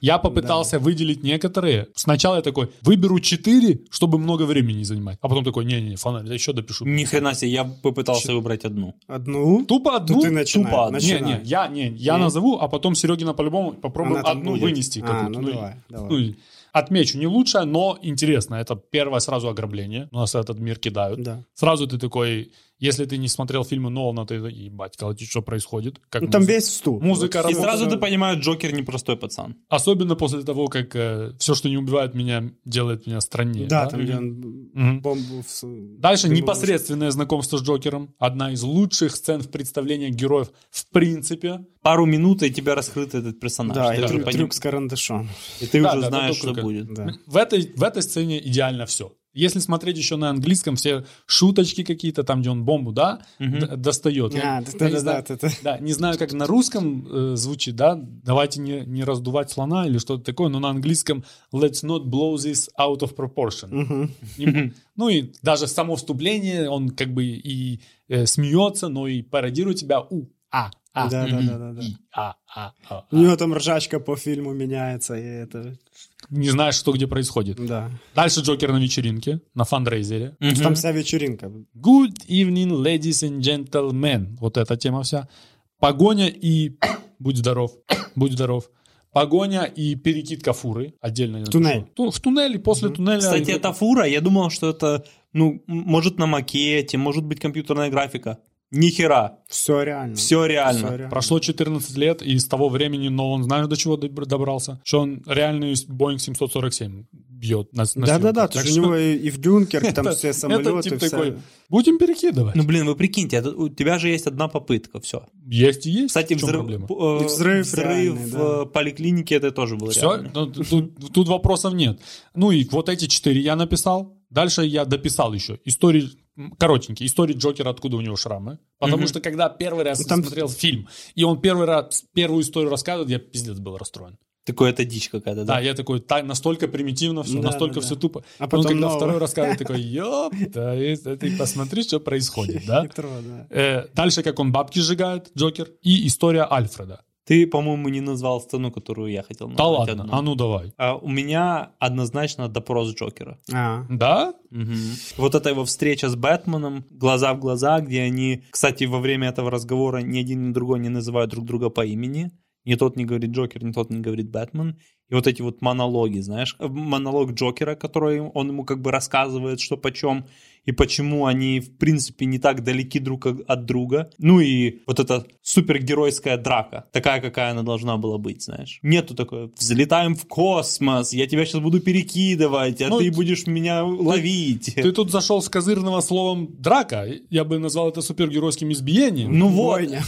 Я попытался выделить некоторые. Сначала я такой, выберу 4, чтобы много времени не занимать. А потом такой, не-не-не, фонарь, я еще допишу.
Ни хрена себе, я попытался выбрать одну.
Одну.
Тупо одну?
ты начинай,
Тупо одну. Не,
начинай.
не, я, не, я назову, а потом Серегина по-любому попробуем
Она там
одну
будет.
вынести.
А,
какую-то.
ну
и-
давай, давай.
и отмечу, не лучшая, но интересно. Это первое сразу ограбление. У нас этот мир кидают.
Да.
Сразу ты такой, если ты не смотрел фильмы Нолана, ты ебать, колотить, что происходит. Как
Ну, там
музыка.
весь стул.
Музыка
И
работает.
сразу ты понимаешь, Джокер непростой пацан.
Особенно после того, как все, что не убивает меня, делает меня страннее.
Да,
да?
там, где он
Мгм.
бомбу в... с-
Дальше
дымовую-
непосредственное знакомство с Джокером. Одна из лучших сцен в представлении героев в принципе.
Пару минут, и тебя раскрыт этот персонаж.
Да,
ты
и
уже
трюк,
поним-
трюк с карандашом.
и ты
Да, да,
уже
да,
знаешь,
только
что
как-
будет.
Да.
В этой, в этой сцене идеально все. Если смотреть еще на английском, все шуточки какие-то, там, где он бомбу, да, д- достает. Я-
А,
я не
да, да, да,
знаю-
да, да.
Да, не знаю, как на русском э, звучит, да, давайте не, не раздувать слона или что-то такое, но на английском let's not blow this out of proportion. И- ну и даже само вступление, он как бы и э, смеется, но и пародирует тебя у а а
Да,
и,
да, да, да, да.
и, а а а.
У него там ржачка по фильму меняется, и это...
Не знаешь, что где происходит.
Да.
Дальше Джокер на вечеринке, на фандрейзере.
Там вся вечеринка.
Good evening, ladies and gentlemen. Вот эта тема вся. Погоня и... *coughs* Будь здоров, будь здоров. Погоня и перекидка фуры. Отдельно. я напишу.
Туннель.
Ту- В туннеле, после туннеля...
Кстати,
идут-
эта фура, я думал, что это, ну, м- может на макете, может быть компьютерная графика. Ни хера,
Ну,
Все реально.
все реально.
Всё реально.
Прошло 14 лет, и с того времени, но он знаешь, до чего добр- добрался, что он реальный Boeing 747 бьет на, на съемках.
Да-да-да, то
Так
есть
что *laughs*
у него и и в Дюнкерк там все
это
самолеты,
тип
вся...
такой, будем перекидывать.
Ну, блин, вы прикиньте, это- у тебя же есть одна попытка, все.
есть и есть.
Кстати,
в чем
взрыв,
проблема?
п- э,
Взрыв
взрыв
реальный,
в
да.
э, поликлинике это тоже было
Все,
реально.
Ну, тут, тут вопросов нет. Ну и вот эти четыре я написал. Дальше я дописал еще. Истории, м, коротенькие, истории Джокера, откуда у него шрамы. Потому что когда первый раз
Ну, там-
смотрел фильм, и он первый раз первую историю рассказывает, я пиздец был расстроен.
Такое это дичь какая-то,
Да,
да?
я такой, «Та- настолько примитивно все,
Да,
настолько
да, да.
все тупо.
А
он
потом
когда
новое. *laughs*
второй рассказывает, такой, ёпта, это ты посмотри, что происходит, да?
Хитро, да.
Э, Дальше, как он бабки сжигает, Джокер, и история Альфреда.
Ты, по-моему, не назвал сцену, которую я хотел назвать.
Да ладно,
одну.
а ну давай.
А у меня однозначно допрос Джокера.
А,
Да?
Вот эта его встреча с Бэтменом, глаза в глаза, где они, кстати, во время этого разговора ни один, ни другой не называют друг друга по имени. Ни тот не говорит Джокер, ни тот не говорит Бэтмен. И вот эти вот монологи, знаешь, э, монолог Джокера, который он ему как бы рассказывает, что почем, и почему они, в принципе, не так далеки друг от друга. Ну и вот эта супергеройская драка, такая, какая она должна была быть, знаешь. Нету такой, взлетаем в космос, я тебя сейчас буду перекидывать, а
Ну,
ты будешь меня ловить.
Э,
Ты тут зашел с козырного словом драка. Я бы назвал это супергеройским избиением.
Ну вот,
Бойня.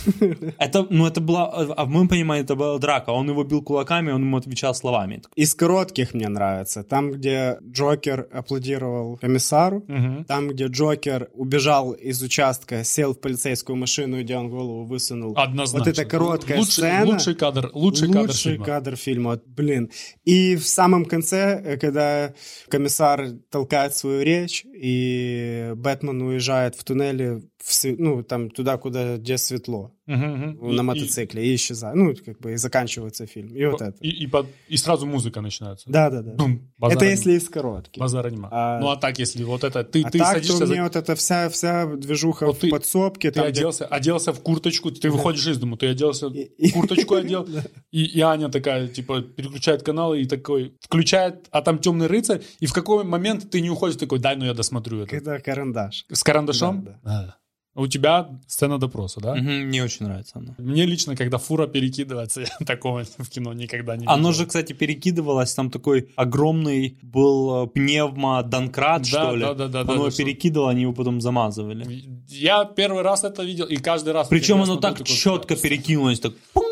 это, ну это была, э, а в моем понимании это была драка. Он его бил кулаками, он ему отвечал словами.
Из коротких мне нравится. Там, где Джокер аплодировал комиссару,
Мгм.
там, где Джокер убежал из участка, сел в полицейскую машину, где он голову высунул.
Однозначно.
Вот это короткая
лучший,
сцена.
Лучший кадр, лучший, кадр
Лучший
фильма.
кадр фильма, вот, блин. И в самом конце, э, когда комиссар толкает свою речь, и Бэтмен уезжает в туннеле, в св- ну, там, туда, куда, где светло,
Мгм, мгм.
на
И-
мотоцикле, и, исчезает. Ну, как бы, и заканчивается фильм. И вот это.
И, и под- и сразу музыка начинается.
Да-да-да.
Бум. Базар
Это
аниме.
если из коротких.
Базар аниме.
А-
Ну а так, если вот это ты,
а так, то
ты садишься за-
мне вот эта вся, вся движуха
Вот
в
ты-
подсобке.
Ты
там, где-
оделся, оделся в курточку, ты выходишь из дома, ты оделся,
и-
курточку одел, и, и Аня такая, типа, переключает канал и такой, включает, а там темный рыцарь, и в какой момент ты не уходишь, такой, дай, ну я досмотрю это.
Когда карандаш.
С карандашом?
Да,
А У тебя сцена допроса, да?
Мгм, Мне очень нравится оно.
Мне лично, когда фура перекидывается, я *laughs* такого в кино никогда не видел.
Оно же, кстати, перекидывалось, там такой огромный был э, пневмо Донкрат,
Да,
что ли.
да, да, да,
Оно
да,
его
да, что-
перекидывало, они его потом замазывали.
Я первый раз это видел, и каждый раз...
Причем
интересно
оно
было
так
такое,
четко
«Бля,
перекинулось, так пум,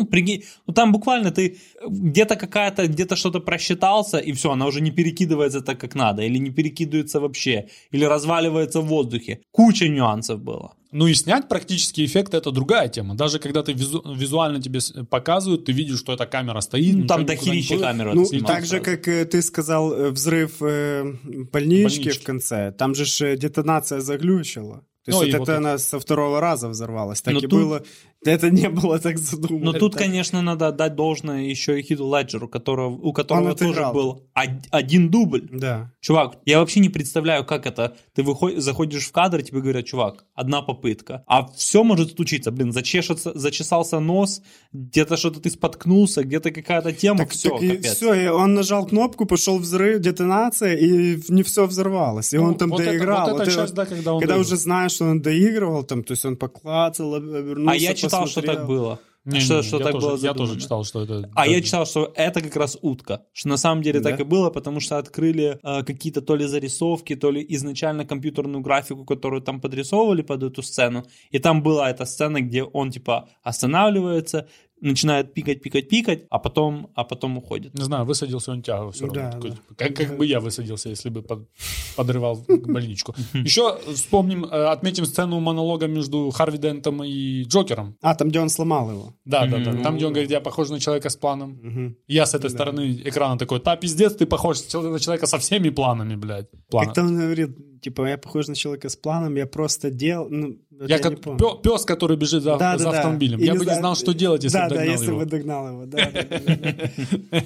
ну, прикинь, ну там буквально ты где-то какая-то, где-то что-то просчитался, и все, она уже не перекидывается так, как надо, или не перекидывается вообще, или разваливается в воздухе. Куча нюансов было.
Ну и снять практически эффект это другая тема. Даже когда ты визу- визуально тебе с- показывают, ты видишь, что эта камера стоит.
Ну,
ничего
там
никуда не
дохерища
плывет.
камера
Ну,
отснималась
так же,
сразу.
как э, ты сказал, э, взрыв э, больнички,
Больнички.
в конце. Там же ж, э, детонация заглючила. То есть вот
Ну, и
это
вот это.
она со второго раза взорвалась. Так
Но
и
тут-
было. Это не было так задумано.
Но тут,
Это-
конечно, надо отдать должное еще и Хиду Леджеру, которого, у которого тоже
отыграл.
был од- один дубль.
Да.
Чувак, я вообще не представляю, как это. Ты выходишь, заходишь в кадр, и тебе говорят, чувак, одна попытка. А все может случиться. Блин, зачешется, зачесался нос, где-то что-то ты споткнулся, где-то какая-то тема.
Так,
все,
так и
ну, капец.
все, и он нажал кнопку, пошел взрыв, детонация, и не все взорвалось. И
Ну,
он там
вот это-
доиграл.
вот эта
это-
часть, да, когда он доиграл.
уже знаешь, что он доигрывал, там, то есть он поклацал, об- обернулся,
А я читал, что так
посмотрел.
было.
Не,
что
не,
что
я
так
тоже-
было
Я тоже
задумано.
читал, что это...
А я
да.
читал, что это как раз утка. Что на самом деле так
Да.
и было, потому что открыли э, какие-то то ли зарисовки, то ли изначально компьютерную графику, которую там подрисовывали под эту сцену. И там была эта сцена, где он типа останавливается, начинает пикать, пикать, пикать, а потом, а потом уходит.
Не знаю, высадился он тягу все равно.
Да,
Такой,
да.
типа, Как, как бы я высадился, если бы под- подрывал *laughs* больничку. Еще вспомним, э, отметим сцену монолога между Харви Дентом и Джокером.
А, там, где он сломал его.
Да, да, да. Там, где
Ну.
он говорит, я похож на человека с планом. Я с этой стороны экрана такой, та пиздец, ты похож на человека со всеми планами, блядь. Плана.
Как-то он говорит, типа, я похож на человека с планом, я просто делал... Ну, это
Я
не
как
помню.
пес, который бежит за, за
Да-да-да.
автомобилем.
И
я бы не
зна-
знал, что делать, если
да,
бы догнал
да, если
его.
бы догнал его. Да, да, да, да, да.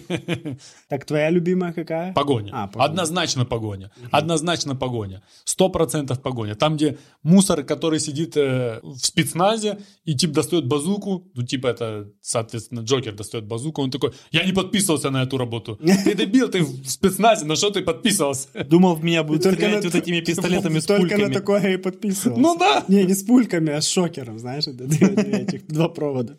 Так твоя любимая какая?
Погоня.
А, погоня.
Однозначно погоня. Однозначно погоня. Сто процентов погоня. Там, где мусор, который сидит э, в спецназе, и тип достает базуку, ну, типа это, соответственно, Джокер достает базуку, он такой, я не подписывался на эту работу. Ты дебил, ты в спецназе, на что ты подписывался?
Думал, в меня будут
Только
стрелять
на- *laughs*
вот этими пистолетами с
Только на
пульками.
такое и подписывался.
Ну да.
Не, не с пульками, а с шокером, знаешь, это два этих, два провода.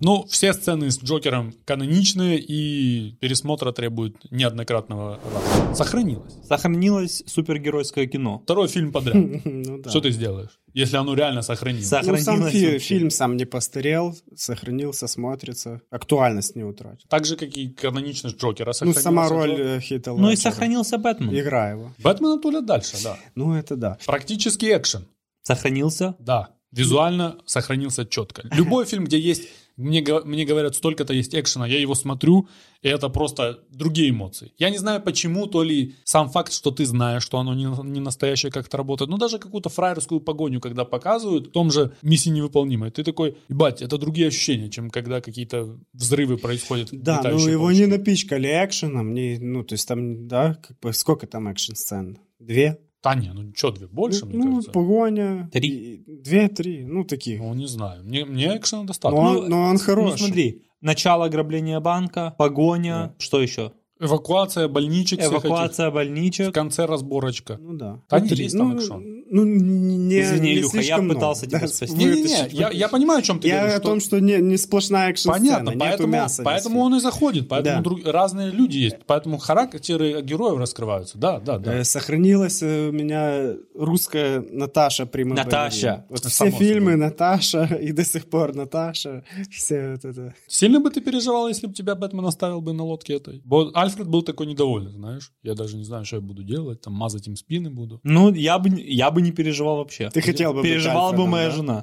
Ну, все сцены с Джокером каноничные, и пересмотра требует неоднократного раза. Сохранилось.
Сохранилось супергеройское кино.
Второй фильм подряд.
Ну да.
Что ты сделаешь, если оно реально сохранилось?
Ну,
Сохранилось
сам фи-
вообще.
фильм сам не постарел, сохранился, смотрится, актуальность не утратил.
Так же, как и каноничность Джокера.
Ну,
сохранилась. а
сама роль э, Хита
Ну и
Леджера.
сохранился Бэтмен.
Игра его.
Бэтмена тулят дальше, да.
Ну, это да.
Практически экшен,
Сохранился.
да. Визуально сохранился четко. Любой фильм, где есть, мне, го- мне говорят, столько-то есть экшена, я его смотрю, и это просто другие эмоции. Я не знаю почему, то ли сам факт, что ты знаешь, что оно не, не настоящее как-то работает, но даже какую-то фраерскую погоню, когда показывают, в том же «Миссии невыполнимой», ты такой, ебать, это другие ощущения, чем когда какие-то взрывы происходят.
Да, ну
летающие
его
бомбочки.
не напичкали экшеном, не, ну, то есть там, да, как бы, сколько там экшн-сцен? Две?
Та не, ну что, две больше,
ну,
мне
ну,
кажется.
погоня.
Три.
и- Две, три, ну, таких.
Ну, не знаю. Мне, мне экшена
но,
достаточно.
он, но он хороший.
Ну смотри, начало ограбления банка, погоня, что еще?
Эвакуация больничек всех этих.
Эвакуация
В
больничек.
конце разборочка.
Ну да.
Да
Ну,
нет, есть там
ну,
экшон.
Ну, не,
Извини,
не
Илюха, я
слишком много.
пытался тебя спасти.
Не-не-не,
вытащить.
я, я понимаю, о чем ты
Я
говоришь.
о том, что не, не сплошная экшн
Понятно,
нету
поэтому,
мяса. здесь.
поэтому он и заходит, поэтому
Да.
друг- разные люди есть, поэтому характеры героев раскрываются. Да, да, да.
Э, Сохранилась э, у меня русская Наташа Прима
Наташа.
Балерина. Вот
Само
все
собой.
фильмы Наташа и до сих пор Наташа. Все вот это.
Сильно бы ты переживал, если бы тебя Бэтмен оставил бы на лодке этой? Бо Альфред был такой недоволен, знаешь. Я даже не знаю, что я буду делать, там мазать им спины буду.
Ну, я бы, я бы не переживал вообще.
Ты хотел бы быть
Переживала бы
Альфредом,
моя
да?
жена.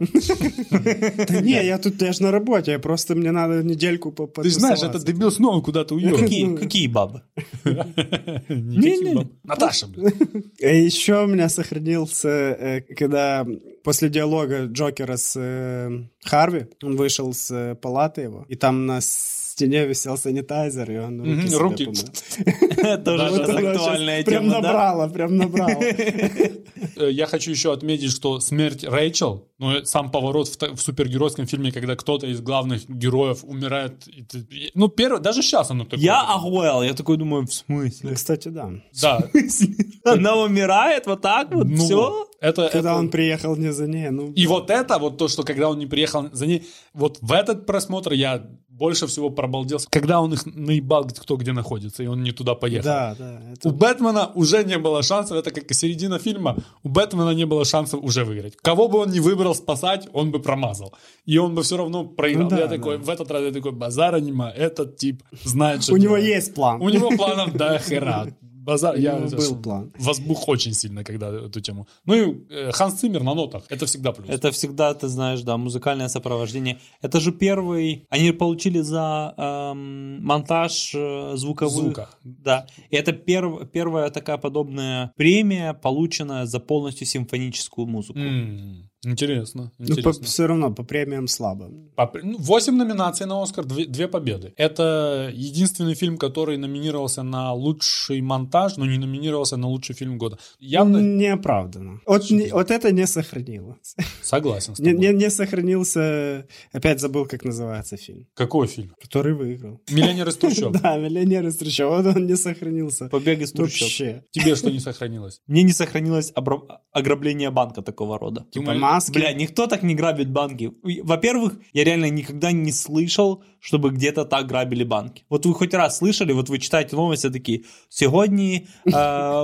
Да *laughs* не, я тут даже на работе, я просто мне надо недельку по
Ты же знаешь, этот дебил снова куда-то уехал.
Ну, Какие, какие бабы? *laughs*
Никаких
Не-не.
баб. Наташа, блин.
Еще Э, у меня сохранился, э, когда после диалога Джокера с э, Харви, он вышел с э, палаты его, и там на стене висел санитайзер, и он руки,
Мгм,
себе
руки.
помыл.
Тоже
Вот
сейчас
она щас
актуальная
Прям
тема, да?
набрала, прям
*laughs*
набрала.
Э, Я хочу еще отметить, что смерть Рэйчел, ну, э, сам поворот в, та- в супергеройском фильме, когда кто-то из главных героев умирает. и ты- и- ну, первый, даже сейчас оно такое.
Я охуел, я такой думаю, в смысле?
Ну,
*laughs*
Кстати, да.
Да.
Она умирает вот так вот,
Ну,
все?
Это,
Когда
это-
он приехал не за ней, ну...
И вот это, вот то, что когда он не приехал за ней, вот в этот просмотр я больше всего пробалделся, когда он их наебал, кто где находится, и он не туда поехал.
Да, да.
У
это-
Бэтмена уже не было шансов, это как и середина фильма, у Бэтмена не было шансов уже выиграть. Кого бы он ни выбрал спасать, он бы промазал. И он бы все равно проиграл.
Ну да,
я
да.
такой, в этот раз я такой, базара нема, этот тип знает, что
У него
делает».
есть план.
У него планов до хера. Базар,
У
я
него
был
был план.
Возбух очень сильно, когда эту тему. Ну и э, Ханс Циммер на нотах, это всегда плюс.
Это всегда, ты знаешь, да, музыкальное сопровождение. Это же первый... Они получили за эм, монтаж э, звуковых...
Звука.
Да. И это перв- первая такая подобная премия, полученная за полностью симфоническую музыку.
М, Интересно,
Ну,
интересно.
все равно по премиям слабо.
По- ну, Восемь номинаций на Оскар, две, две победы. Это единственный фильм, который номинировался на лучший монтаж, но не номинировался на лучший фильм года. Явно
Неоправданно. ну. Вот, не- вот это не сохранилось.
согласен с
Не,
тобой.
не, не сохранился... Опять забыл, как называется фильм.
Какой фильм?
Который выиграл.
Миллионер из трущоб.
*laughs* Да, «Миллионер из трущоб». Вот он не сохранился.
Побег из трущоб.
Вообще.
Тебе что не сохранилось?
Мне не сохранилось обра- ограбление банка такого рода.
Типа
Думали-
маски.
Бля, никто так не грабит банки. Во-первых, я реально никогда не слышал, чтобы где-то так грабили банки. Вот вы хоть раз слышали, вот вы читаете новости такие. Сьогодні е,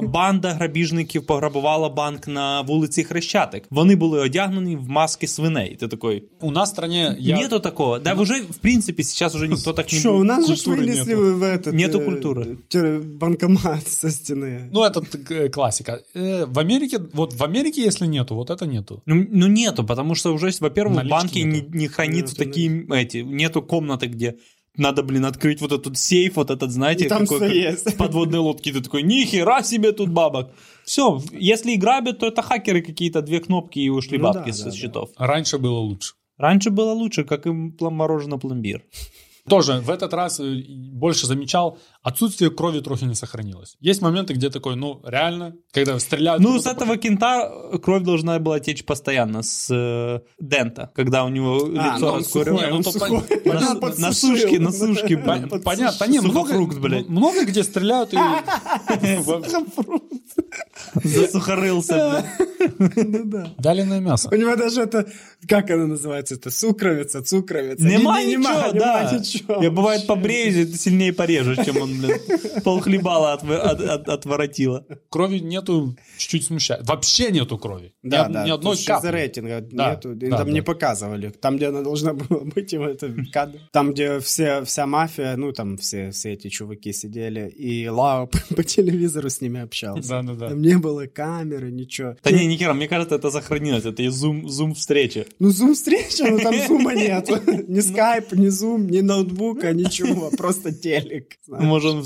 банда грабіжників пограбувала банк на вулиці Хрещатик. Вони були одягнені в маски свиней. Ти такий,
У нас в стране... я-
нету такого. Да уже, в принципі, сейчас уже ніхто так не
Что, Ну, у нас же ж
культуры
вынесли
нету.
в этот...
Нету
э,
культуры.
тер- банкомат *laughs* со стены.
Ну, это э, классика. Э, В Америке, вот в Америке, если нету, вот это нету.
Ну, ну нету, потому что уже, во-первых, в
Налички
банке не,
нету.
не хранится
Нету,
такие эти, нету комнаты, где надо, блин, открыть вот этот сейф, вот этот, знаете,
И там
такой,
всё
как
есть.
в *laughs* подводной лодке, ты такой, нихера себе тут бабок. Все, если и грабят, то это хакеры какие-то, две кнопки и ушли
Ну
бабки
да,
со
да, да.
счетов.
Раньше было лучше.
Раньше было лучше, как им плом- мороженое пломбир.
Тоже в этот раз э, больше замечал, отсутствие крови трохи не сохранилось. Есть моменты, где такой, ну, реально, когда стреляют...
Ну,
как
с
будто
этого кента э, кровь должна была течь постоянно, с э, Дента, когда у него
А, ну
лицо
он
раскурено.
сухой, он
Ну, то
сухой.
*laughs*
*laughs*
пон-
Он
на-
подсушил.
на сушке, на сушке,
Да,
блин.
подсушил.
Понятно, не, много,
Сухофрукт, блядь.
м- много где
*laughs*
стреляют и...
Засухарился.
Ну да.
Далее мясо.
У него даже это, как она называется, это сукровица, цукровица.
Нема
Не- не- нема,
ничего,
нема
да.
ничего.
Я бывает побреюсь, и ты сильнее порежешь, чем он, блин, полхлебала от, от, от- отворотила.
Крови нету, чуть-чуть смущает. Вообще нету крови.
Да,
ни,
да.
ни одной
тут же Из-за
капли.
рейтинга
Да,
а, нету. и
да,
там
да.
не показывали. Там, где она должна *laughs* была быть, его это кадр. Там, где все, вся мафия, ну там все, все эти чуваки сидели, и Лао *laughs* по, по телевизору с ними общался.
Да, да, да.
Там не было камеры, ничего.
Да не, Никера, мне кажется, это сохранилось. Это и зум, зум встречи.
Ну, зум встреча, но там зума
*laughs*
нет.
Ну.
Ни скайп, ни зум, ни ноутбука, ничего. Просто телек.
Ну,
знаешь.
Может, он в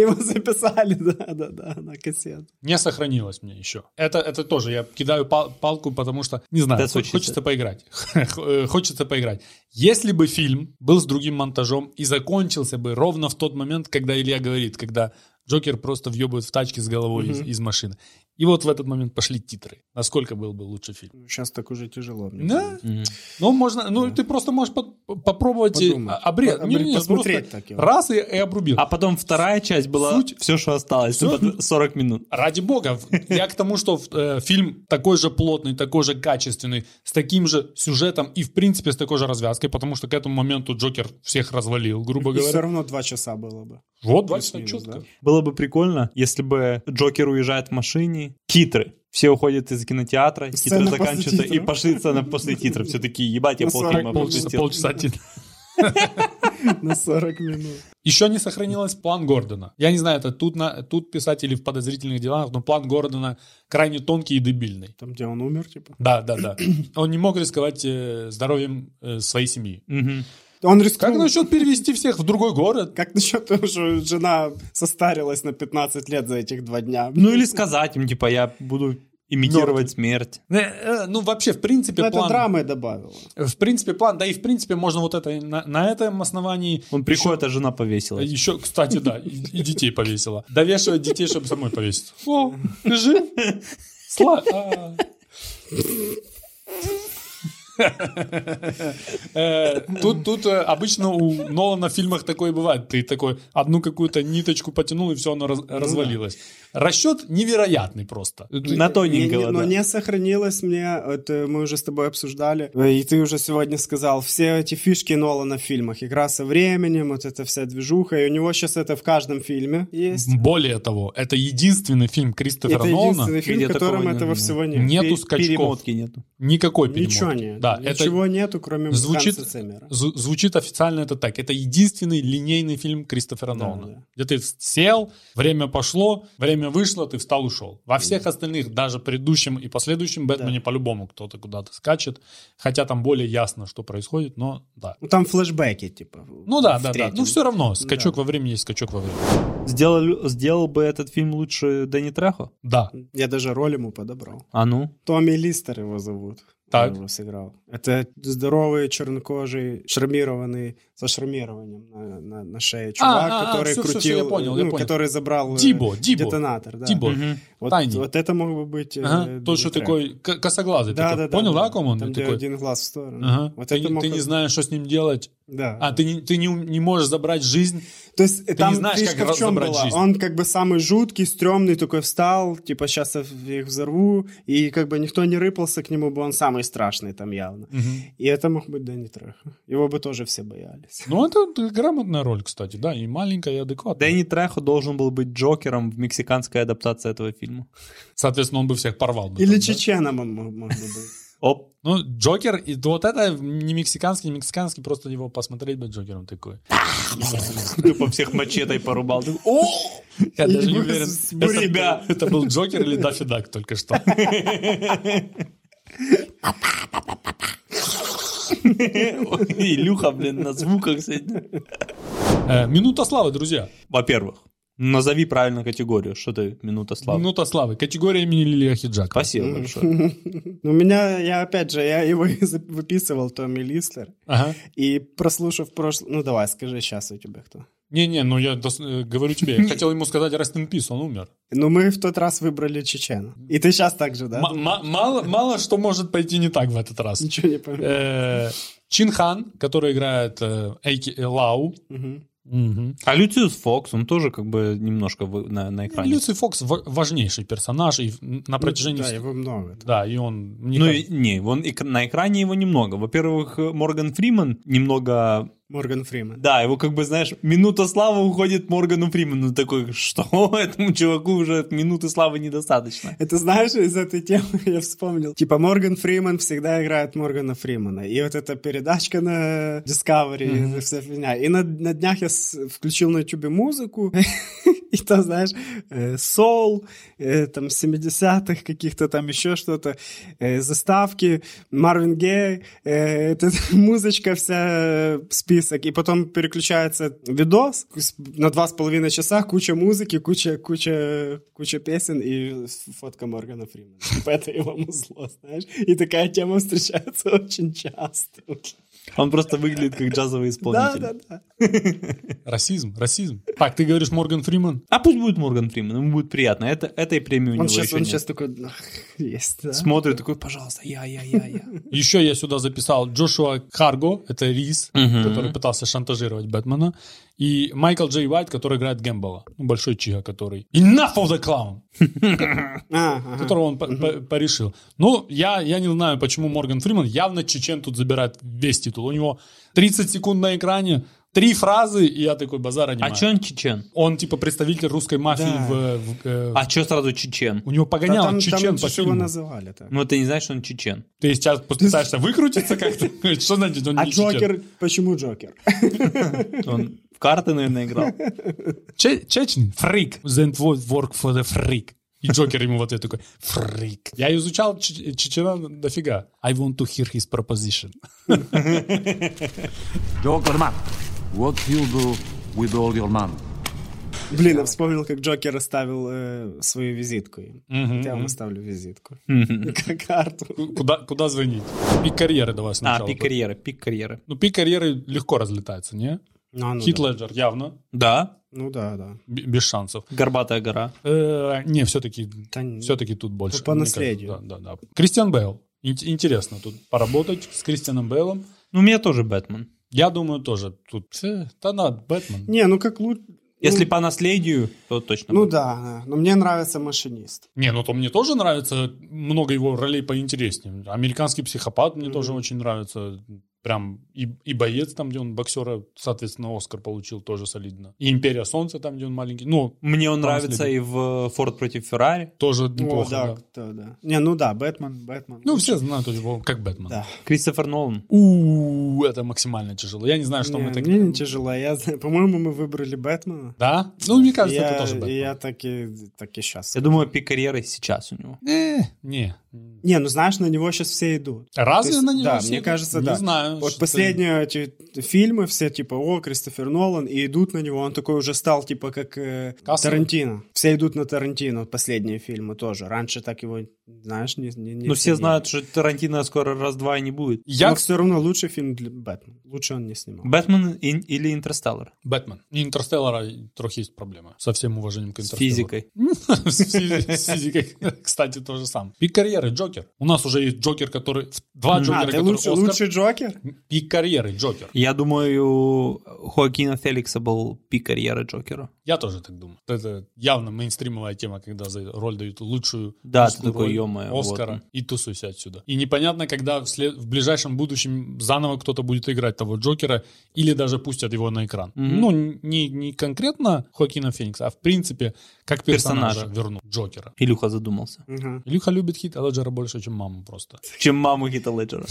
*laughs* Его записали, да, да, да, на кассету.
Не сохранилось мне еще. Это, это тоже, я кидаю пал- палку, потому что, не знаю,
Да,
хо-
случится.
хочется поиграть. *laughs* Хо- э, хочется поиграть. Если бы фильм был с другим монтажом и закончился бы ровно в тот момент, когда Илья говорит, когда Джокер просто въебывает в тачке с головой из, из машины. И вот в этот момент пошли титры. Насколько был бы лучше фильм?
Сейчас так уже тяжело. мне
Да?
кажется.
Ну, можно, ну, ты просто можешь по- по- попробовать и
Подумать.
а, обре-
По-
не, не, не,
посмотреть
просто
так его.
Раз и, и обрубил.
А потом вторая часть была
Суть-
все, что осталось.
Всё.
под 40 минут.
Ради бога, в- я к тому, что э, фильм такой же плотный, такой же качественный, с таким же сюжетом и, в принципе, с такой же развязкой, потому что к этому моменту Джокер всех развалил, грубо
И все
говоря.
равно два часа было бы.
Вот, два часа
Плюс-минус,
четко.
да.
Было бы прикольно, если бы Джокер уезжает в машине. Титры. Все уходят из кинотеатра,
Сцена
титры
после
заканчиваются, и
титров.
пошли сцена после титров. Все такие, ебать, я
На 40
полфильма
минут.
Полчаса,
пропустил.
полчаса тит-
*laughs* На 40 минут.
Еще не сохранилось план Гордона. Я не знаю, это тут, на, тут писатели в подозрительных делах, но план Гордона крайне тонкий и дебильный.
Там, где он умер, типа.
Да, да, да. Он не мог рисковать э, здоровьем э, своей семьи.
Мгм.
Он
Как
рискнул.
насчет перевести всех в другой город?
Как насчет того, что жена состарилась на 15 лет за этих два дня?
Ну или сказать им, типа, я буду имитировать смерть.
Э, э, Ну, вообще, в принципе,
Ну, это
план...
драмы добавила.
В принципе, план, да и в принципе можно вот это на, на этом основании.
Он приходит, а жена повесилась.
Еще, кстати, да, и, и детей повесила. Довешивать детей, чтобы самой повесить. О, ты жив? Сла... а. Э, Тут, тут э, обычно у Нолана в фильмах такое бывает. Ты такой одну какую-то ниточку потянул, и все, оно раз- развалилось. Расчет невероятный просто.
На тоненького,
Не- не- Но
да.
не сохранилось мне, это мы уже с тобой обсуждали, и ты уже сегодня сказал, все эти фишки Нолана в фильмах, игра со временем, вот эта вся движуха, и у него сейчас это в каждом фильме есть.
Более того, это единственный фильм Кристофера
Это
Нолана.
единственный фильм,
где
в котором
такого не
этого
было.
всего нет.
Нету
Пе-
скачков.
Перемотки нету.
Никакой перемотки.
Ничего нет.
Да, это
Ничего нету, кроме
звучит-
Ханса Циммера.
Зу- Звучит официально это так. Это единственный линейный фильм Кристофера
Да,
Нолана.
да.
Где ты сел, время пошло, время вышло, ты встал, ушел. Во всех остальных, даже предыдущем и последующем Бэтмене по-любому кто-то куда-то скачет. Хотя там более ясно, что происходит, но да.
Ну, там флешбеки, типа.
Ну да,
в
да, да.
третьем.
Ну все равно, скачок во времени есть скачок во времени.
Сделал, сделал бы этот фильм лучше Дэнни Трехо?
Да.
Я даже роль ему подобрал.
А ну?
Томми Листер его зовут.
Так.
Он его сыграл. Это здоровый, чернокожий, шармированный, со шармированием на, на- на шее чувак,
а, а,
который
всё, всё,
крутил,
всё, я понял, я
ну,
понял.
который забрал э,
Дибо, Дибо.
детонатор. Да.
Дибо.
Мгм.
Вот,
Тайни.
вот это мог бы быть... э,
Ага. Тот, что
Дмитрий.
такой к- косоглазый.
Да, да,
такой.
да.
Понял, да,
да,
о ком он?
Там,
Ты
где
такой,
один глаз в сторону.
ага.
Вот
ты,
это
не-
мог
ты не
бы-
знаешь, что с ним делать.
Да.
А, ты не, ты не, ум- не можешь забрать жизнь.
То есть э,
не
там
знаешь,
фишка
как
в чем
разобрать
была?
жизнь.
Он как бы самый жуткий, стрёмный такой встал, типа сейчас я их взорву, и как бы никто не рыпался к нему, бы он самый страшный там явно. И это мог быть Дэнни Трехо. Его бы тоже все боялись.
Ну, это э, грамотная роль, кстати, да, и маленькая, и адекватная.
Дэнни Трехо должен был быть Джокером в мексиканской адаптации этого фильма.
Соответственно, он бы всех порвал.
Или
бы там, Ну, да?
чеченом он мог, мог бы быть.
Оп.
Ну, Джокер, и вот это не мексиканский, не мексиканский, просто его посмотреть бы Джокером такой.
Тупо всех мачетой порубал. Ты-
О! *laughs* Я даже не
Его
уверен,
с-
это-
себя.
это был Джокер или Даффи Дак только что.
*laughs*
Илюха, блин, на звуках сидит.
Э, Минута славы, друзья.
Во-первых, назови правильно категорию. Что ты, минута славы.
Минута славы. Категория имени Лилия Хиджакова.
Спасибо большое.
Ну, у меня, я опять же, я его и за- выписывал, Томми Листер,
Ага.
и прослушав прошлый... Ну, давай, скажи сейчас у тебя кто.
Не-не, ну я дос- э, говорю тебе,
*laughs*
я хотел ему сказать Rest in Peace, он умер.
Ну, мы в тот раз выбрали чечена. И ты сейчас так же, да?
М- ма- мало, мало что может пойти не так в этот раз.
Ничего не помню.
Э, Чин Хан, который играет э, Эйки э, Лау.
Мгм.
Мгм.
А Люциус Фокс, он тоже как бы немножко вы- на на экране.
Люци Фокс ва- важнейший персонаж и в- на протяжении...
Да,
вс-
его много.
Да, и он... мне
Ну, и-
кажется-
не, вон эк- на экране его немного. Во-первых, э, Морган Фриман немного...
Морган Фримен.
Да, его как бы, знаешь, минута славы уходит Моргану Фримену. Такой, что? *laughs* Этому чуваку уже минуты славы недостаточно.
Это знаешь, из этой темы *laughs* я вспомнил. Типа Морган Фриман всегда играет Моргана Фримана. И вот эта передачка на Discovery, и вся фигня. И на, на днях я с- включил на YouTube музыку. *laughs* И там, знаешь, э, сол, э, там 70-х каких-то, там еще что-то, э, заставки, Марвин Гей, э, это *laughs* музычка вся, э, список. И потом переключается видос с- на два с половиной часа, куча музыки, куча, куча, куча песен и ф- фотка Моргана Фримена. *laughs* Типа это его музло, знаешь. И такая тема встречается *laughs* очень часто.
Он просто выглядит как джазовый
Да,
исполнитель.
да, да.
Расизм, расизм. Так, ты говоришь Морган Фриман?
А пусть будет Морган Фриман, ему будет приятно. Это, этой премии у него
Он сейчас,
еще
он
нет.
сейчас такой, «Ах, есть, да.
Смотрит такой, пожалуйста, я, я, я, я.
Еще я сюда записал Джошуа Карго, это Рис, который пытался шантажировать Бэтмена, и Майкл Джей Уайт, который играет Гэмбола, Ну, большой чига, который. Enough of the clown!
А, ага.
которого он по- по- порешил. Ну, я, я не знаю, почему Морган Фриман явно чечен тут забирает весь титул. У него 30 секунд на экране, три фразы, и я такой базар аниме.
А че он чечен?
Он типа представитель русской мафии
Да.
в... в- э,
А че сразу чечен?
У него
Да,
погонял
там,
чечен
там
по
чуть его
фильму.
называли так.
Ну, ты не знаешь, что он чечен.
Ты сейчас пытаешься
*laughs*
выкрутиться как-то? Что значит он
А
не чечен?
Джокер, почему Джокер? *laughs*
Он в карты, наверное, играл.
Че- Чечен? Фрик. Then wo- work for the freak. И Джокер ему в ответ такой, фрик. Я изучал Ч- Чечена дофига. I want to hear his proposition.
Joker man, what you do with all your money?
Блин, я вспомнил, как Джокер оставил э, свою визитку. им. Вот Я вам оставлю
*laughs*
визитку. Как карту.
Куда, куда звонить? Пик карьеры давай
А,
сначала.
пик карьеры, пик карьеры.
Ну, пик карьеры легко разлетается, не?
А, ну
Хит
да.
Леджер явно,
Да,
Ну да, да.
б- без шансов.
горбатая гора.
Э, не, все-таки
Да не.
все-таки тут больше.
Ну, По
мне кажется,
наследию.
Да, да, да. Кристиан Бейл. Ин- Интересно тут поработать с Кристианом Бейлом.
Ну, у меня тоже Бэтмен.
Я думаю, тоже тут... э, Да на, Бэтмен.
Не, ну как лучше...
Если по наследию, то точно.
Ну
Бэтмен.
да, да. но мне нравится машинист.
Не, ну то мне тоже нравится много его ролей поинтереснее. Американский психопат мне тоже очень нравится. Прям и, и боец там, где он боксера, соответственно, Оскар получил тоже солидно. И Империя Солнца там, где он маленький. Ну,
Мне он
По
нравится
наследию.
и в «Форд против Феррари».
тоже
О, Ну,
неплохо.
да,
да.
да, да. Не, ну да, Бэтмен, Бэтмен.
Ну, все знают его как Бэтмен.
да.
Кристофер Нолан.
у это максимально тяжело. Я не знаю, что
Не,
мы так...
мне не тяжело. Я, знаю, по-моему, мы выбрали Бэтмена.
Да? Ну, мне кажется,
я,
это тоже Бэтмен.
и я так и, так и сейчас.
Я думаю, пик карьеры сейчас у него.
Э, не.
Не, ну знаешь, на него сейчас все идут.
Разве
То есть,
на него
да,
все
мне
А идут?
кажется,
не
да.
знаю.
Вот
что-то-
последние эти фильмы все типа, о, Кристофер Нолан, и идут на него. Он такой уже стал типа как э,
Кассовый?
Тарантино. Все идут на Тарантино, последние фильмы тоже. Раньше так его, знаешь, не... не, не
Ну,
Но Ну, все знают, что Тарантино скоро раз-два и не будет. Ну,
Я...
Я...
Но все равно лучший фильм для Бэтмена. Лучше он не снимал.
Бэтмен и- или Интерстеллар.
Бэтмен. И Интерстеллара трохи есть проблема. Со всем уважением к
С
Интерстеллару.
физикой.
*laughs* С физи- с физикой, кстати, то же самое. Пик карьеры, Джокер. У нас уже есть Джокер, который... Два Джокера,
а, ты
которые
лучший,
Оскар.
лучший Джокер?
Пик карьеры, Джокер.
Я думаю, у Хоакина Феликса был пик карьеры Джокера.
Я тоже так думаю. Это явно мейнстримовая тема, когда за роль дают лучшую
Да,
мужскую
ты такой,
роль
«Ё-моё, вот
Оскара
он».
и тусуйся отсюда. И непонятно, когда в, след- в ближайшем будущем заново кто-то будет играть того Джокера или даже пустят его на экран.
Мгм.
Ну, не, не конкретно Хоакина Феникса, а в принципе, как персонажа,
Персонажа.
вернут Джокера.
Илюха задумался.
Мгм.
Илюха любит хит Леджера больше, чем маму просто.
Чем маму Хита Леджера.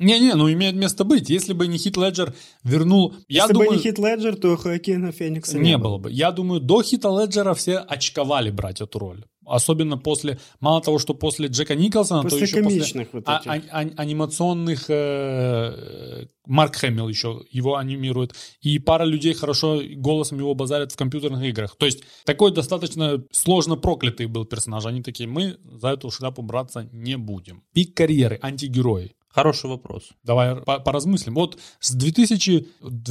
Не-не, ну имеет место быть. Если бы не Хит Леджер вернул... я
Если
думаю...
бы не Хит Леджер, то Хоакина Феникса
не, было бы. Я думаю, до Хита Леджера все очковали брать эту роль. Особенно после, мало того, что после Джека Николсона, то
После
еще
комичных
после
вот этих.
а- а- а- анимационных э, Марк Хэмилл еще его анимирует. И пара людей хорошо голосом его базарят в компьютерных играх. То есть такой достаточно сложно проклятый был персонаж. Они такие, мы за эту шляпу браться не будем. Пик карьеры, антигерои.
Хороший вопрос.
Давай по- поразмыслим. Вот с 2000,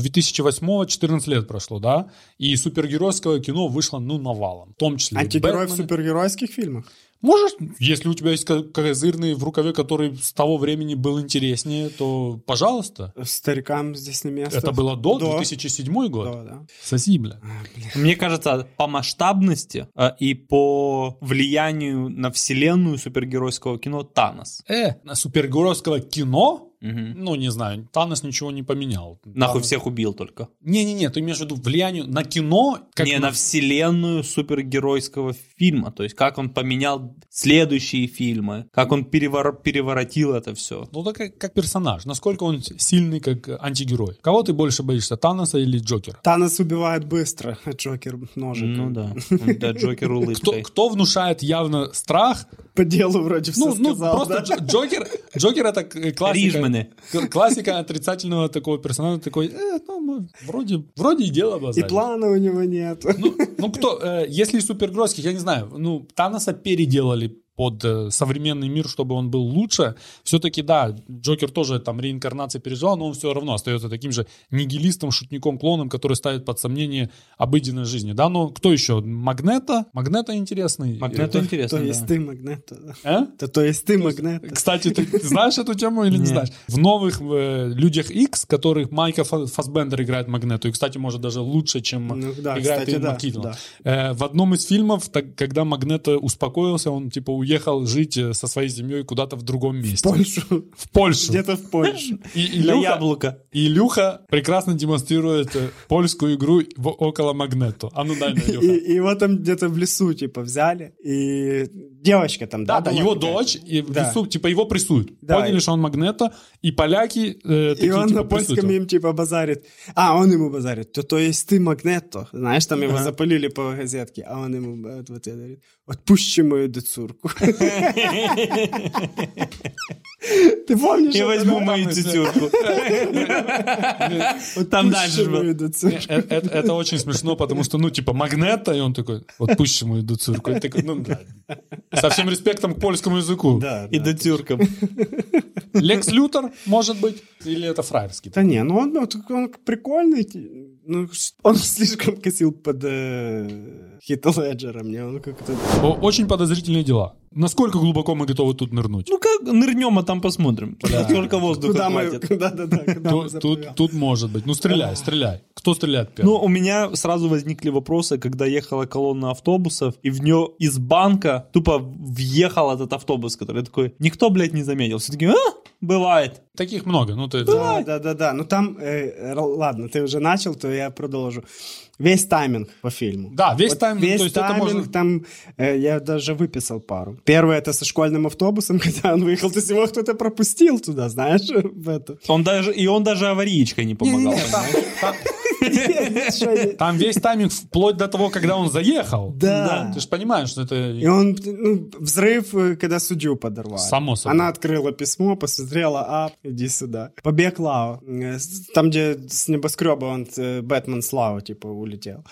2008 14 лет прошло, да? И супергеройского кино вышло, ну, навалом. В том числе и
Антигерой в
Бэтмены.
супергеройских фильмах?
Можешь, если у тебя есть ко- козырный в рукаве, который с того времени был интереснее, то, пожалуйста.
Старикам здесь не место.
Это было до,
До.
2007 год?
Да, да.
Соси, бля.
Мне кажется, по масштабности э, и по влиянию на вселенную супергеройского кино Танос.
Э, на супергеройского кино?
Мгм.
Ну, не знаю, Танос ничего не поменял.
Нахуй всех убил только.
Не-не-не, ты имеешь в виду влияние на кино? Как
не на вселенную супергеройского фильма. То есть, как он поменял следующие фильмы, как он перевор- переворотил это все.
Ну, так как, как персонаж. Насколько он сильный как э, антигерой. Кого ты больше боишься, Таноса или Джокера?
Танос убивает быстро, а Джокер ножиком.
Ну да.
*laughs*
Да, Джокер
Кто,
улыбкой.
кто внушает явно страх?
По делу вроде все
Ну, ну
сказал.
просто
да?
Дж- Джокер, Джокер это к- классика,
Рижманы.
к- классика отрицательного такого персонажа. Такой, «Э, ну, мы вроде, вроде и дело
И
базарим».
плана у него нет.
Ну, ну кто, э, если из супергеройских, я не знаю, ну, Таноса переделали под э, современный мир, чтобы он был лучше. Все-таки, да, Джокер тоже там реинкарнации переживал, но он все равно остается таким же нигилистом, шутником, клоном, который ставит под сомнение обыденной жизни. Да, но кто еще? Магнета? Магнета
А,
интересный.
Магнето интересно,
То есть
да.
ты магнет. ну да.
Э?
Да то есть ты магнет.
Кстати, ты знаешь эту тему или не
Нет.
знаешь? В новых э, «Людях X, которых Майка Фа- Фассбендер играет Магнету, и, кстати, может, даже лучше, чем
Ну да,
играет
кстати,
Иэн
да,
Маккеллан.
да.
Э, в одном из фильмов, так- когда Магнето успокоился, он, типа, уехал жить э, со своей семьей куда-то в другом месте.
Польшу.
В Польшу.
Где-то в Польше.
И
На
Илюха-
яблоко.
и Илюха прекрасно демонстрирует э, польскую игру в- около Магнету. А ну дай на
И,
Илюха.
и его там где-то в лесу, типа, взяли. И девочка там, *laughs* да?
Да, да,
была
его
какая-то?
дочь, и в
Да.
лесу, типа его прессуют.
Да,
Поняли,
и-
что он Магнето, и поляки э,
И
такие,
он
типа,
на
прессуют
польском
его.
им типа базарит. А, он ему базарит. То, то есть ты магнето. Знаешь, там его запылили по газетке. А он ему э, вот это говорит. Отпущи мою децурку. Ты помнишь?
Я
это,
возьму
да?
мою тетюрку. *laughs* Там
«Отпущи
дальше же
мою
было.
децурку».
Э- э- Это, очень смешно, потому что, ну, типа, магнета, и он такой, вот пусть ему иду цирку. Я такой, ну, да. Со всем респектом к польскому языку.
Да,
И
да.
до тюркам.
Лекс Лютер, может быть, или это фраерский?
Да не, ну он, ну, так он прикольный. ну, ш- он *laughs* слишком косил под э, Хита Леджера. Мне он как-то...
О- Очень подозрительные дела. Насколько глубоко мы готовы тут нырнуть?
Ну как нырнем, а там посмотрим. Только воздуха
Куда мы...
хватит.
Да-да-да, *laughs* куда мы
Ту-
заплывем.
Тут, тут может быть. Ну стреляй, стреляй. Кто стреляет первым?
Ну, у меня сразу возникли вопросы, когда ехала колонна автобусов, и в нее из банка тупо въехал этот автобус, который такой, никто, блядь, не заметил. Все таки а, бывает.
Таких много. Ну ты.
Да, да, да, да. Ну там, э, р- ладно, ты уже начал, то я продолжу. Весь тайминг по фильму.
Да, весь
Вот
тайминг,
Весь
то есть это
тайминг,
можно-
там э, я даже выписал пару. Первый это со школьным автобусом, *laughs* когда он выехал, то есть его кто-то пропустил туда, знаешь, *laughs* в
*laughs*
эту.
Он даже, и он даже аварийкой не помогал.
Ничего не-
Там весь тайминг вплоть до того, когда он заехал.
Да.
Ты же понимаешь, что это...
И он, ну, взрыв, э, когда судью подорвали.
Само собой.
Она открыла письмо, посмотрела, а, иди сюда. Побег Лао. Э, с- Там, где с небоскреба он, э, Бэтмен с Лао, типа, улетел.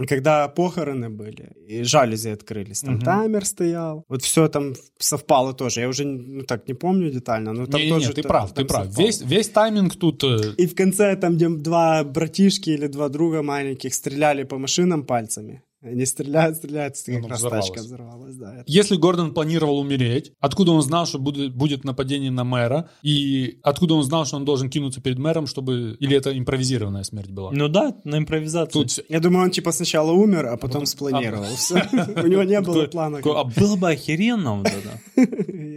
И Когда похороны были, и жалюзи открылись, там таймер стоял. Вот все там совпало тоже. Я уже ну, так не помню детально, но там
Не-не-не,
тоже...
ты
та-
прав,
там
ты прав.
совпало.
Весь, весь тайминг тут... э,
И в конце там, где два братишки или два друга маленьких стреляли по машинам пальцами. Они стреляют, стреляют,
Оно
как раз
Ну, взорвалось.
тачка взорвалась, да. это-
Если Гордон планировал умереть, откуда он знал, что будет, будет нападение на мэра, и откуда он знал, что он должен кинуться перед мэром, чтобы... Или это импровизированная смерть была?
Ну да, на импровизации.
Тут всё-
Я думаю, он типа сначала умер, а потом спланировал все.
а,
*laughs* У него
*laughs*
не было плана.
Такой, а было бы охеренно вот это.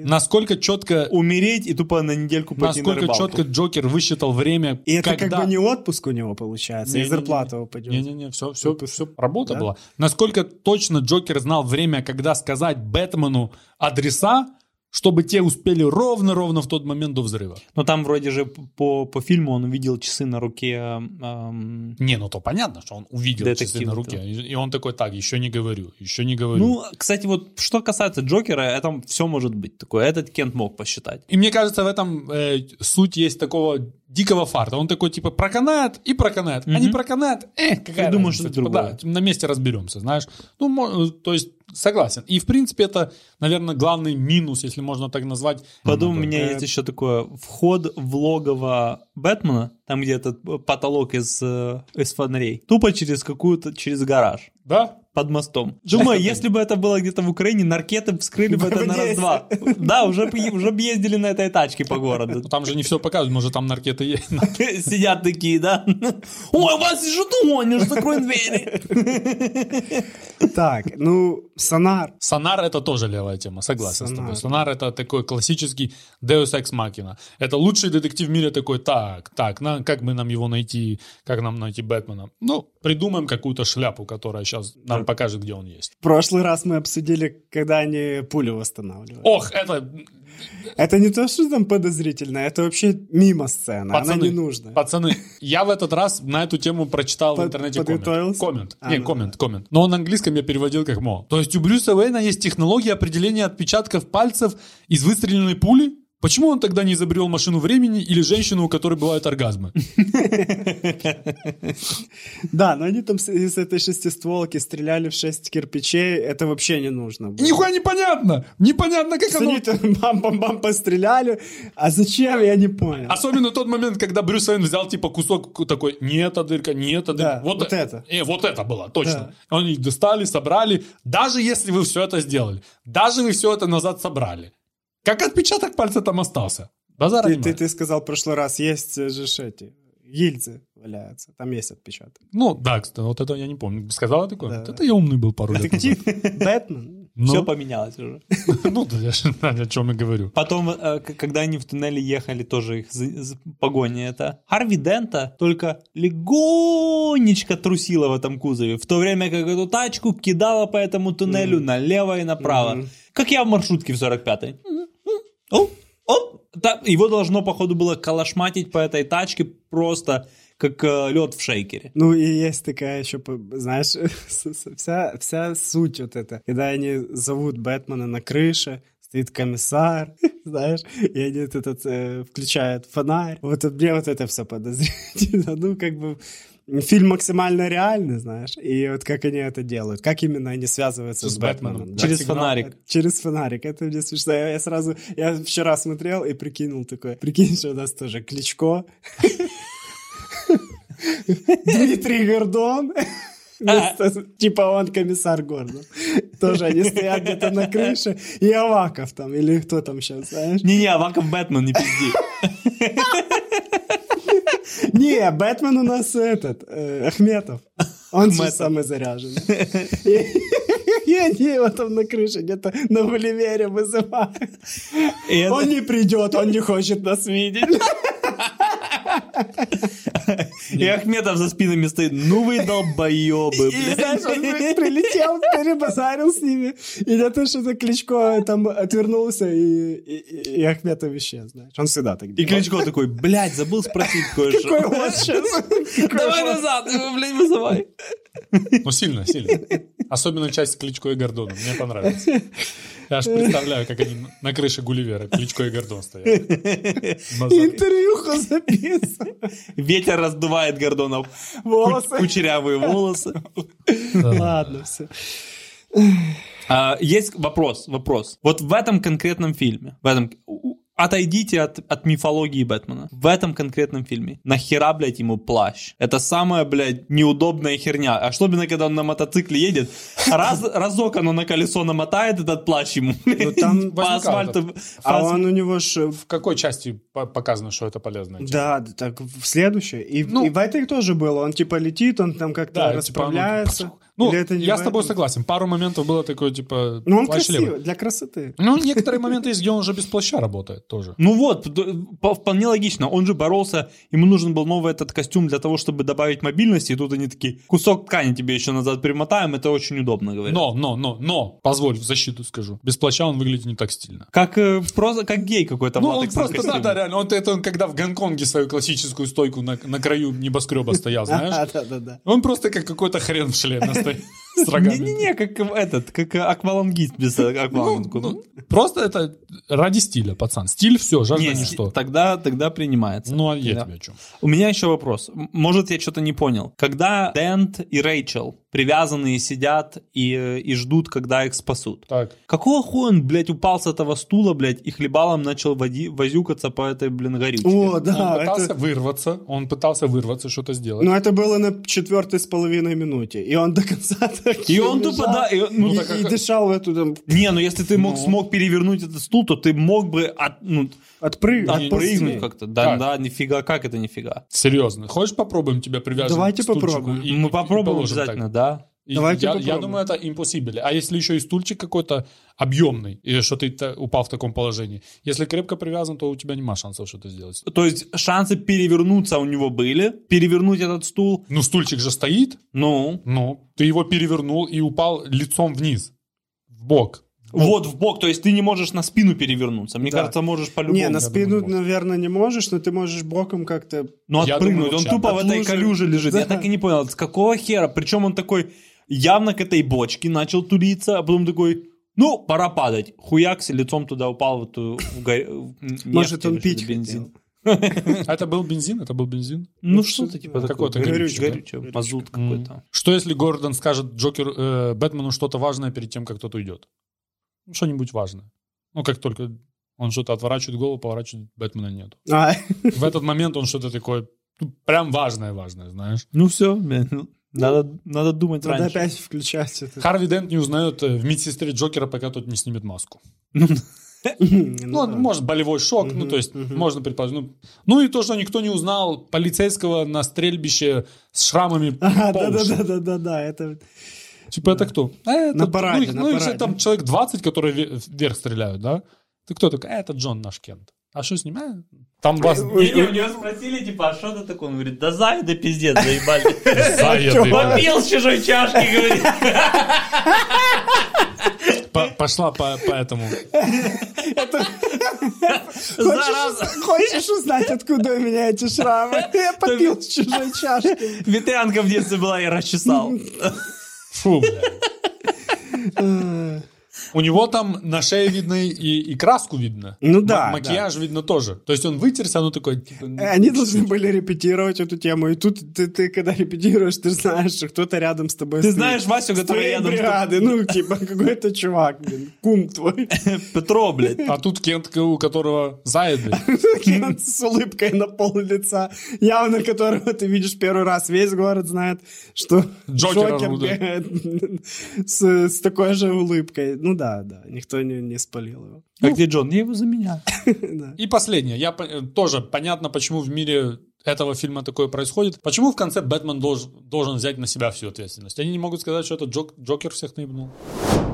Насколько четко...
Умереть и тупо на недельку пойти на
Насколько
рыбалку.
четко Джокер высчитал время,
И это как
когда...
бы не отпуск у него получается, и
Не-не-не.
зарплата упадет.
Не-не-не, все, все, все, работа была. Насколько точно Джокер знал время, когда сказать Бэтмену адреса, чтобы те успели ровно-ровно в тот момент до взрыва.
Но там вроде же по, по фильму он увидел часы на руке... эм,
Не, ну то понятно, что он увидел часы
Детектив,
на
да.
руке. И и он такой, так, еще не говорю, еще не говорю.
Ну, кстати, вот что касается Джокера, это все может быть такое. Этот Кент мог посчитать.
И мне кажется, в этом э, суть есть такого дикого фарта. Он такой, типа, проканает и проканает. А не проканает, э, какая
Придумаешь
разница,
что-то
типа,
другое.
да, типа, на месте разберемся, знаешь. Ну, мо- э, то есть, согласен. И, в принципе, это, наверное, главный минус, если можно так назвать.
Потом у
Мгм.
меня есть еще такое вход в логово Бэтмена, там где этот э, потолок из, э, из фонарей, тупо через какую-то, через гараж
Да?
под мостом. Думаю, если бы это было где-то в Украине, наркеты вскрыли бы это на раз-два. Да, уже, бы- уже бы ездили на этой тачке по
Ну,
городу.
Там же не все показывают, может, там наркеты есть.
*laughs* Сидят такие, да? Ой, вас жетонишь, закрой двери.
Так, ну, сонар.
Сонар это тоже левая тема, согласен с
Сонар.
тобой. Сонар это такой классический Deus Ex Machina. Это лучший детектив в мире такой, так, так, на, как бы нам его найти, как нам найти Бэтмена? Ну, придумаем какую-то шляпу, которая сейчас нам покажет, где он есть.
В прошлый раз мы обсудили, когда они пулю восстанавливали.
Ох, это,
Это не то, что там подозрительно, это вообще мимо сцена,
пацаны,
она не нужна.
пацаны, я в этот раз на эту тему прочитал в
Под-
интернете коммент.
подготовился?
Коммент,
А,
не,
ну
коммент, коммент. Но он на английском я переводил как мо. То есть у Брюса Уэйна есть технология определения отпечатков пальцев из выстреленной пули? Почему он тогда не изобрел машину времени или женщину, у которой бывают оргазмы?
Да, но они там с- из этой шестистволки стреляли в шесть кирпичей, это вообще не нужно было.
Нихуя ну! непонятно! Непонятно, как
То есть
оно...
Они там бам-бам-бам постреляли, а зачем, я не понял.
Особенно тот момент, когда Брюс Уэйн взял типа кусок такой, не эта дырка, не эта дырка.
Да, вот это.
Э, вот это было, точно. Они их достали, собрали. Даже если вы все это сделали, даже вы все это назад собрали, как отпечаток пальца там остался? Базар
Ты,
аниме.
ты- ты сказал в прошлый раз, есть э, же ж эти гильзы валяются, там есть отпечаток.
Ну, да, кстати, вот это я не помню. Сказал я такое?
Да.
Вот это я умный был пару лет
Детектив
назад.
Бэтмен.
Ну,
Все поменялось уже.
*laughs* ну, да, я же знаю, о чем я говорю.
Потом, э, к- когда они в туннеле ехали, тоже их за- за- погони это. Харви Дента только легонечко трусила в этом кузове, в то время как эту тачку кидала по этому туннелю налево и направо. Как я в маршрутке в 45-й. Оп, оп. Та- его должно, походу, было калашматить по этой тачке просто как э, лед в шейкере.
Ну и есть такая еще, по- знаешь, *laughs* с- с- вся, вся суть вот эта. Когда они зовут Бэтмена на крыше, стоит комиссар, *laughs* знаешь, и они вот этот, э, включают фонарь. Вот это- мне вот это все подозрительно. *laughs* Ну, как бы фильм максимально реальный, знаешь, и вот как они это делают, как именно они связываются
С
с,
Бэтменом,
Бэтменом.
да.
Через
Сигнал.
фонарик.
Через фонарик, это мне смешно. Я, я сразу, я вчера смотрел и прикинул такое, прикинь, что у нас тоже Кличко, Дмитрий Гордон. *laughs* Вместо- Типа он комиссар Гордон. Тоже они стоят где-то на крыше. И Аваков там, или кто там сейчас, знаешь?
Не-не, Аваков Бэтмен, не
*laughs*
пизди.
Не, Бэтмен у нас этот, э, Ахметов. Он же самый заряженный. И они его там на крыше где-то на Гулливере вызывают.
И это-
Он не придет, он не хочет нас видеть.
И Ахметов за спинами стоит. Ну вы
*laughs*
долбоебы,
И,
блядь.
знаешь, он блин,
*laughs*
прилетел, перебазарил с ними. И за то, что за Кличко э, там отвернулся, и, и, и Ахметов исчез, знаешь. Он всегда так
И
делает.
Кличко такой, блядь, забыл спросить
Какой
кое-что.
он сейчас?
*laughs*
Давай назад, его, блядь, вызывай.
Ну, сильно, сильно. Особенно часть Кличко и Гордона. Мне понравилось. Я аж представляю, как они на крыше Гулливера Кличко и
*laughs*
Гордон стоят. Мазаки.
Интервьюху записывал.
*laughs*
Ветер раздувает Гордонов.
Волосы.
Кучерявые волосы.
Ладно, все.
А, есть вопрос, вопрос. Вот в этом конкретном фильме, в этом у- у- отойдите от, от мифологии Бэтмена. В этом конкретном фильме нахера, блядь, ему плащ? Это самая, блядь, неудобная херня. Особенно, когда он на мотоцикле едет. Раз, разок оно на колесо намотает этот плащ ему. блядь,
Ну,
*laughs*
там
по
возникал
асфальту.
А
по
он у него ж...
В какой части по- показано, что это полезно?
Да, да, так в следующей. И,
Ну.
и в этой тоже было. Он типа летит, он там как-то
Да, типа, оно-
расправляется.
Ну,
Или это не
я
в
с тобой
этом?
согласен. Пару моментов было такое, типа...
Ну, он
плащ левый.
красивый, для красоты.
Ну, некоторые моменты есть, где он уже без плаща работает тоже.
Ну вот, д- по- вполне логично. Он же боролся, ему нужен был новый этот костюм для того, чтобы добавить мобильности. И тут они такие, кусок ткани тебе еще назад примотаем, это очень удобно, говорят.
Но, но, но, но, позволь, в защиту скажу. Без плаща он выглядит не так стильно.
Как, э, просто, как гей какой-то в
Ну, он
латексном
просто, да,
костюме.
да, реально, он, это он когда в Гонконге свою классическую стойку на, на краю небоскреба стоял,
Да,
знаешь?
*laughs* да, да, да.
Он просто как какой-то хрен в шлеме стоит с рогами.
Не-не-не, как этот, как э, аквалангист без э,
Ну,
аквалангу.
ну, Просто это ради стиля, пацан. Стиль, все, жажда
Не,
ничто.
Тогда, тогда принимается.
Ну, а я
Да.
тебе о чем?
У меня еще вопрос. М- Может, я что-то не понял. Когда Дент и Рэйчел привязанные сидят и, э, и ждут, когда их спасут.
Так.
Какого хуя он, блядь, упал с этого стула, блядь, и хлебалом начал води, возюкаться по этой, блин, горючке?
О,
Он
да,
пытался
А, это...
вырваться, он пытался вырваться, что-то сделать.
Ну, это было на четвертой с половиной минуте. И он до конца *laughs* так
И он тупо,
лежал.
да, и, он- ну,
и,
так-
и дышал в эту там
не, ну если ты мог, смог перевернуть этот стул, то ты мог бы от, ну,
отпрыг-
отпрыгнуть
отпустить.
как-то. Да,
Как?
да, нифига, как это нифига?
Серьезно. Хочешь попробуем тебя привяжем?
Давайте
к стульчику
попробуем.
и-
Мы
и
попробуем
положим так?
обязательно, да.
И
Давайте
я, я
попробуем.
думаю, это impossible. А если еще и стульчик какой-то объемный, и что ты та- упал в таком положении. Если крепко привязан, то у тебя нема шансов что-то сделать.
То есть шансы перевернуться у него были, перевернуть этот стул.
Ну, стульчик же стоит.
Ну,
Ну, ты его перевернул и упал лицом вниз. В бок.
вот в бок, то есть ты не можешь на спину перевернуться. Мне
Ну. Да.
кажется, можешь по-любому.
Не, на
я
спину,
думаю,
наверное, не можешь, но ты можешь боком как-то...
Ну,
Я
отпрыгнуть.
думаю,
он
вообще
тупо в
от
этой
лужи.
калюже лежит. Я
Да.
так и не понял, с какого хера? Причем он такой явно к этой бочке начал туриться, а потом такой, ну, пора падать. Хуякс и лицом туда упал в эту в горе- в
*laughs*
нефть
Может, он
или
пить
что-то, бензин.
А Это был бензин? Это был бензин?
Ну, что-то типа такого.
Какое-то горючее, да?
горючее, мазут какой-то.
Что если Гордон скажет Джокер, э, Бэтмену что-то важное перед тем, как тот уйдет? Ну, что-нибудь важное. Ну, как только он что-то отворачивает голову, поворачивает, Бэтмена нет.
А, *laughs*
В этот момент он что-то такое ну, прям важное-важное, знаешь.
Ну, все, надо, надо думать
надо
раньше.
опять включать это. *laughs*
Харви Дент не узнает э, в медсестре Джокера, пока тот не снимет маску. Ну,
да.
может, болевой шок, ну,
Мгм,
то есть,
мгм.
можно предположить. Ну, ну и то, что никто не узнал полицейского на стрельбище с шрамами
Ага,
по уши.
А, Да-да-да-да-да, это...
Типа, это кто? А, это-
На параде,
ну, их-
на
ну, их
параде.
же там человек 20, которые ве- вверх стреляют, да? Ты кто такой? А, это Джон наш Кент. А что с ним? А,
*laughs*
Там вас
Не-не, у него спросили, типа, а что ты такой? Он говорит, да зай, да пиздец,
*laughs*
заебали.
заеды.
Попил с чужой чашки, говорит.
По- Пошла по по этому.
Зараза.
Хочешь, хочешь узнать, откуда у меня эти
*laughs*
шрамы? Я попил с чужой чашки.
Ветрянка в детстве была, я расчесал.
Фу, бля. У него там на шее видно и, и краску видно.
Ну
М-
да,
Макияж видно тоже. То есть он вытерся, оно такое... типа, ну,
Они должны были репетировать эту тему, и тут ты, ты когда репетируешь, ты знаешь, что кто-то рядом с тобой
Ты
стоит.
знаешь Васю,
С
который
твоей
рядом с тобой?
бригады, ну, типа, какой-то чувак, блин, кум твой,
Петро, блядь.
А тут Кент, у которого зайды.
Кент с улыбкой на пол лица, явно которого ты видишь первый раз, весь город знает, что
Джокер
Джокер
он, да.
бегает с, с такой же улыбкой. Ну да, да, никто не, не спалил его.
А где Джон? Я его заменял.
И последнее. Я по- э, тоже понятно, почему в мире этого фильма такое происходит. Почему в конце Бэтмен долж- должен взять на себя всю ответственность? Они не могут сказать, что это Джок- Джокер всех наебнул.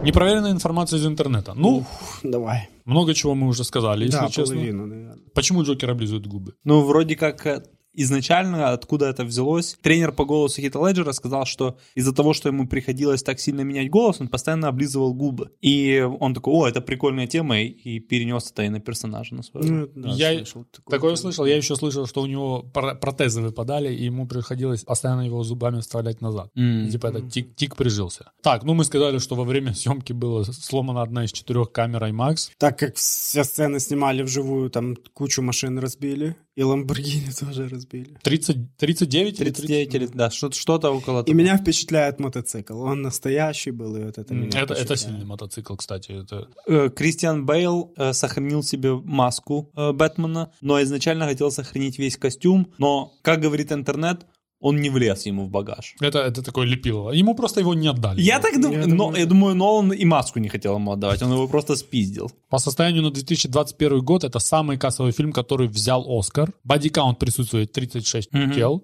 Непроверенная информация из интернета. Ну,
Давай.
много чего мы уже сказали, если
да,
честно.
половину, наверное.
Почему Джокер облизывает губы?
Ну, вроде как э, изначально, откуда это взялось, тренер по голосу Хита Леджера сказал, что из-за того, что ему приходилось так сильно менять голос, он постоянно облизывал губы. И он такой, о, это прикольная тема, и- и перенес это и на персонажа на своего.
Ну, да,
э, Я
слышал такое.
Такое слышал. Я еще слышал, что у него пр- протезы выпадали, и ему приходилось постоянно его зубами вставлять назад.
М.
И Типа это тик, тик прижился. Так, ну мы сказали, что во время съемки была сломана одна из четырех камер IMAX.
Так как все сцены снимали вживую, там кучу машин разбили, и Ламборгини *laughs* тоже разбили.
30, 39 или
39 или, да, что- что-то около
И
того.
меня впечатляет мотоцикл. Он настоящий был, и вот это меня
Это, это
впечатляет.
сильный мотоцикл, кстати. Это...
Э, Кристиан Бейл э, сохранил себе маску э, Бэтмена, но изначально хотел сохранить весь костюм, но, как говорит интернет, он не влез ему в багаж.
Это, это такое лепилово. Ему просто его не отдали.
Я так думаю,
Я
но
думаю,
я
да.
думаю, Нолан и маску не хотел ему отдавать, он его просто спиздил.
По состоянию на 2021 год это самый кассовый фильм, который взял Оскар. Бодикаунт присутствует 36
Мгм.
тел.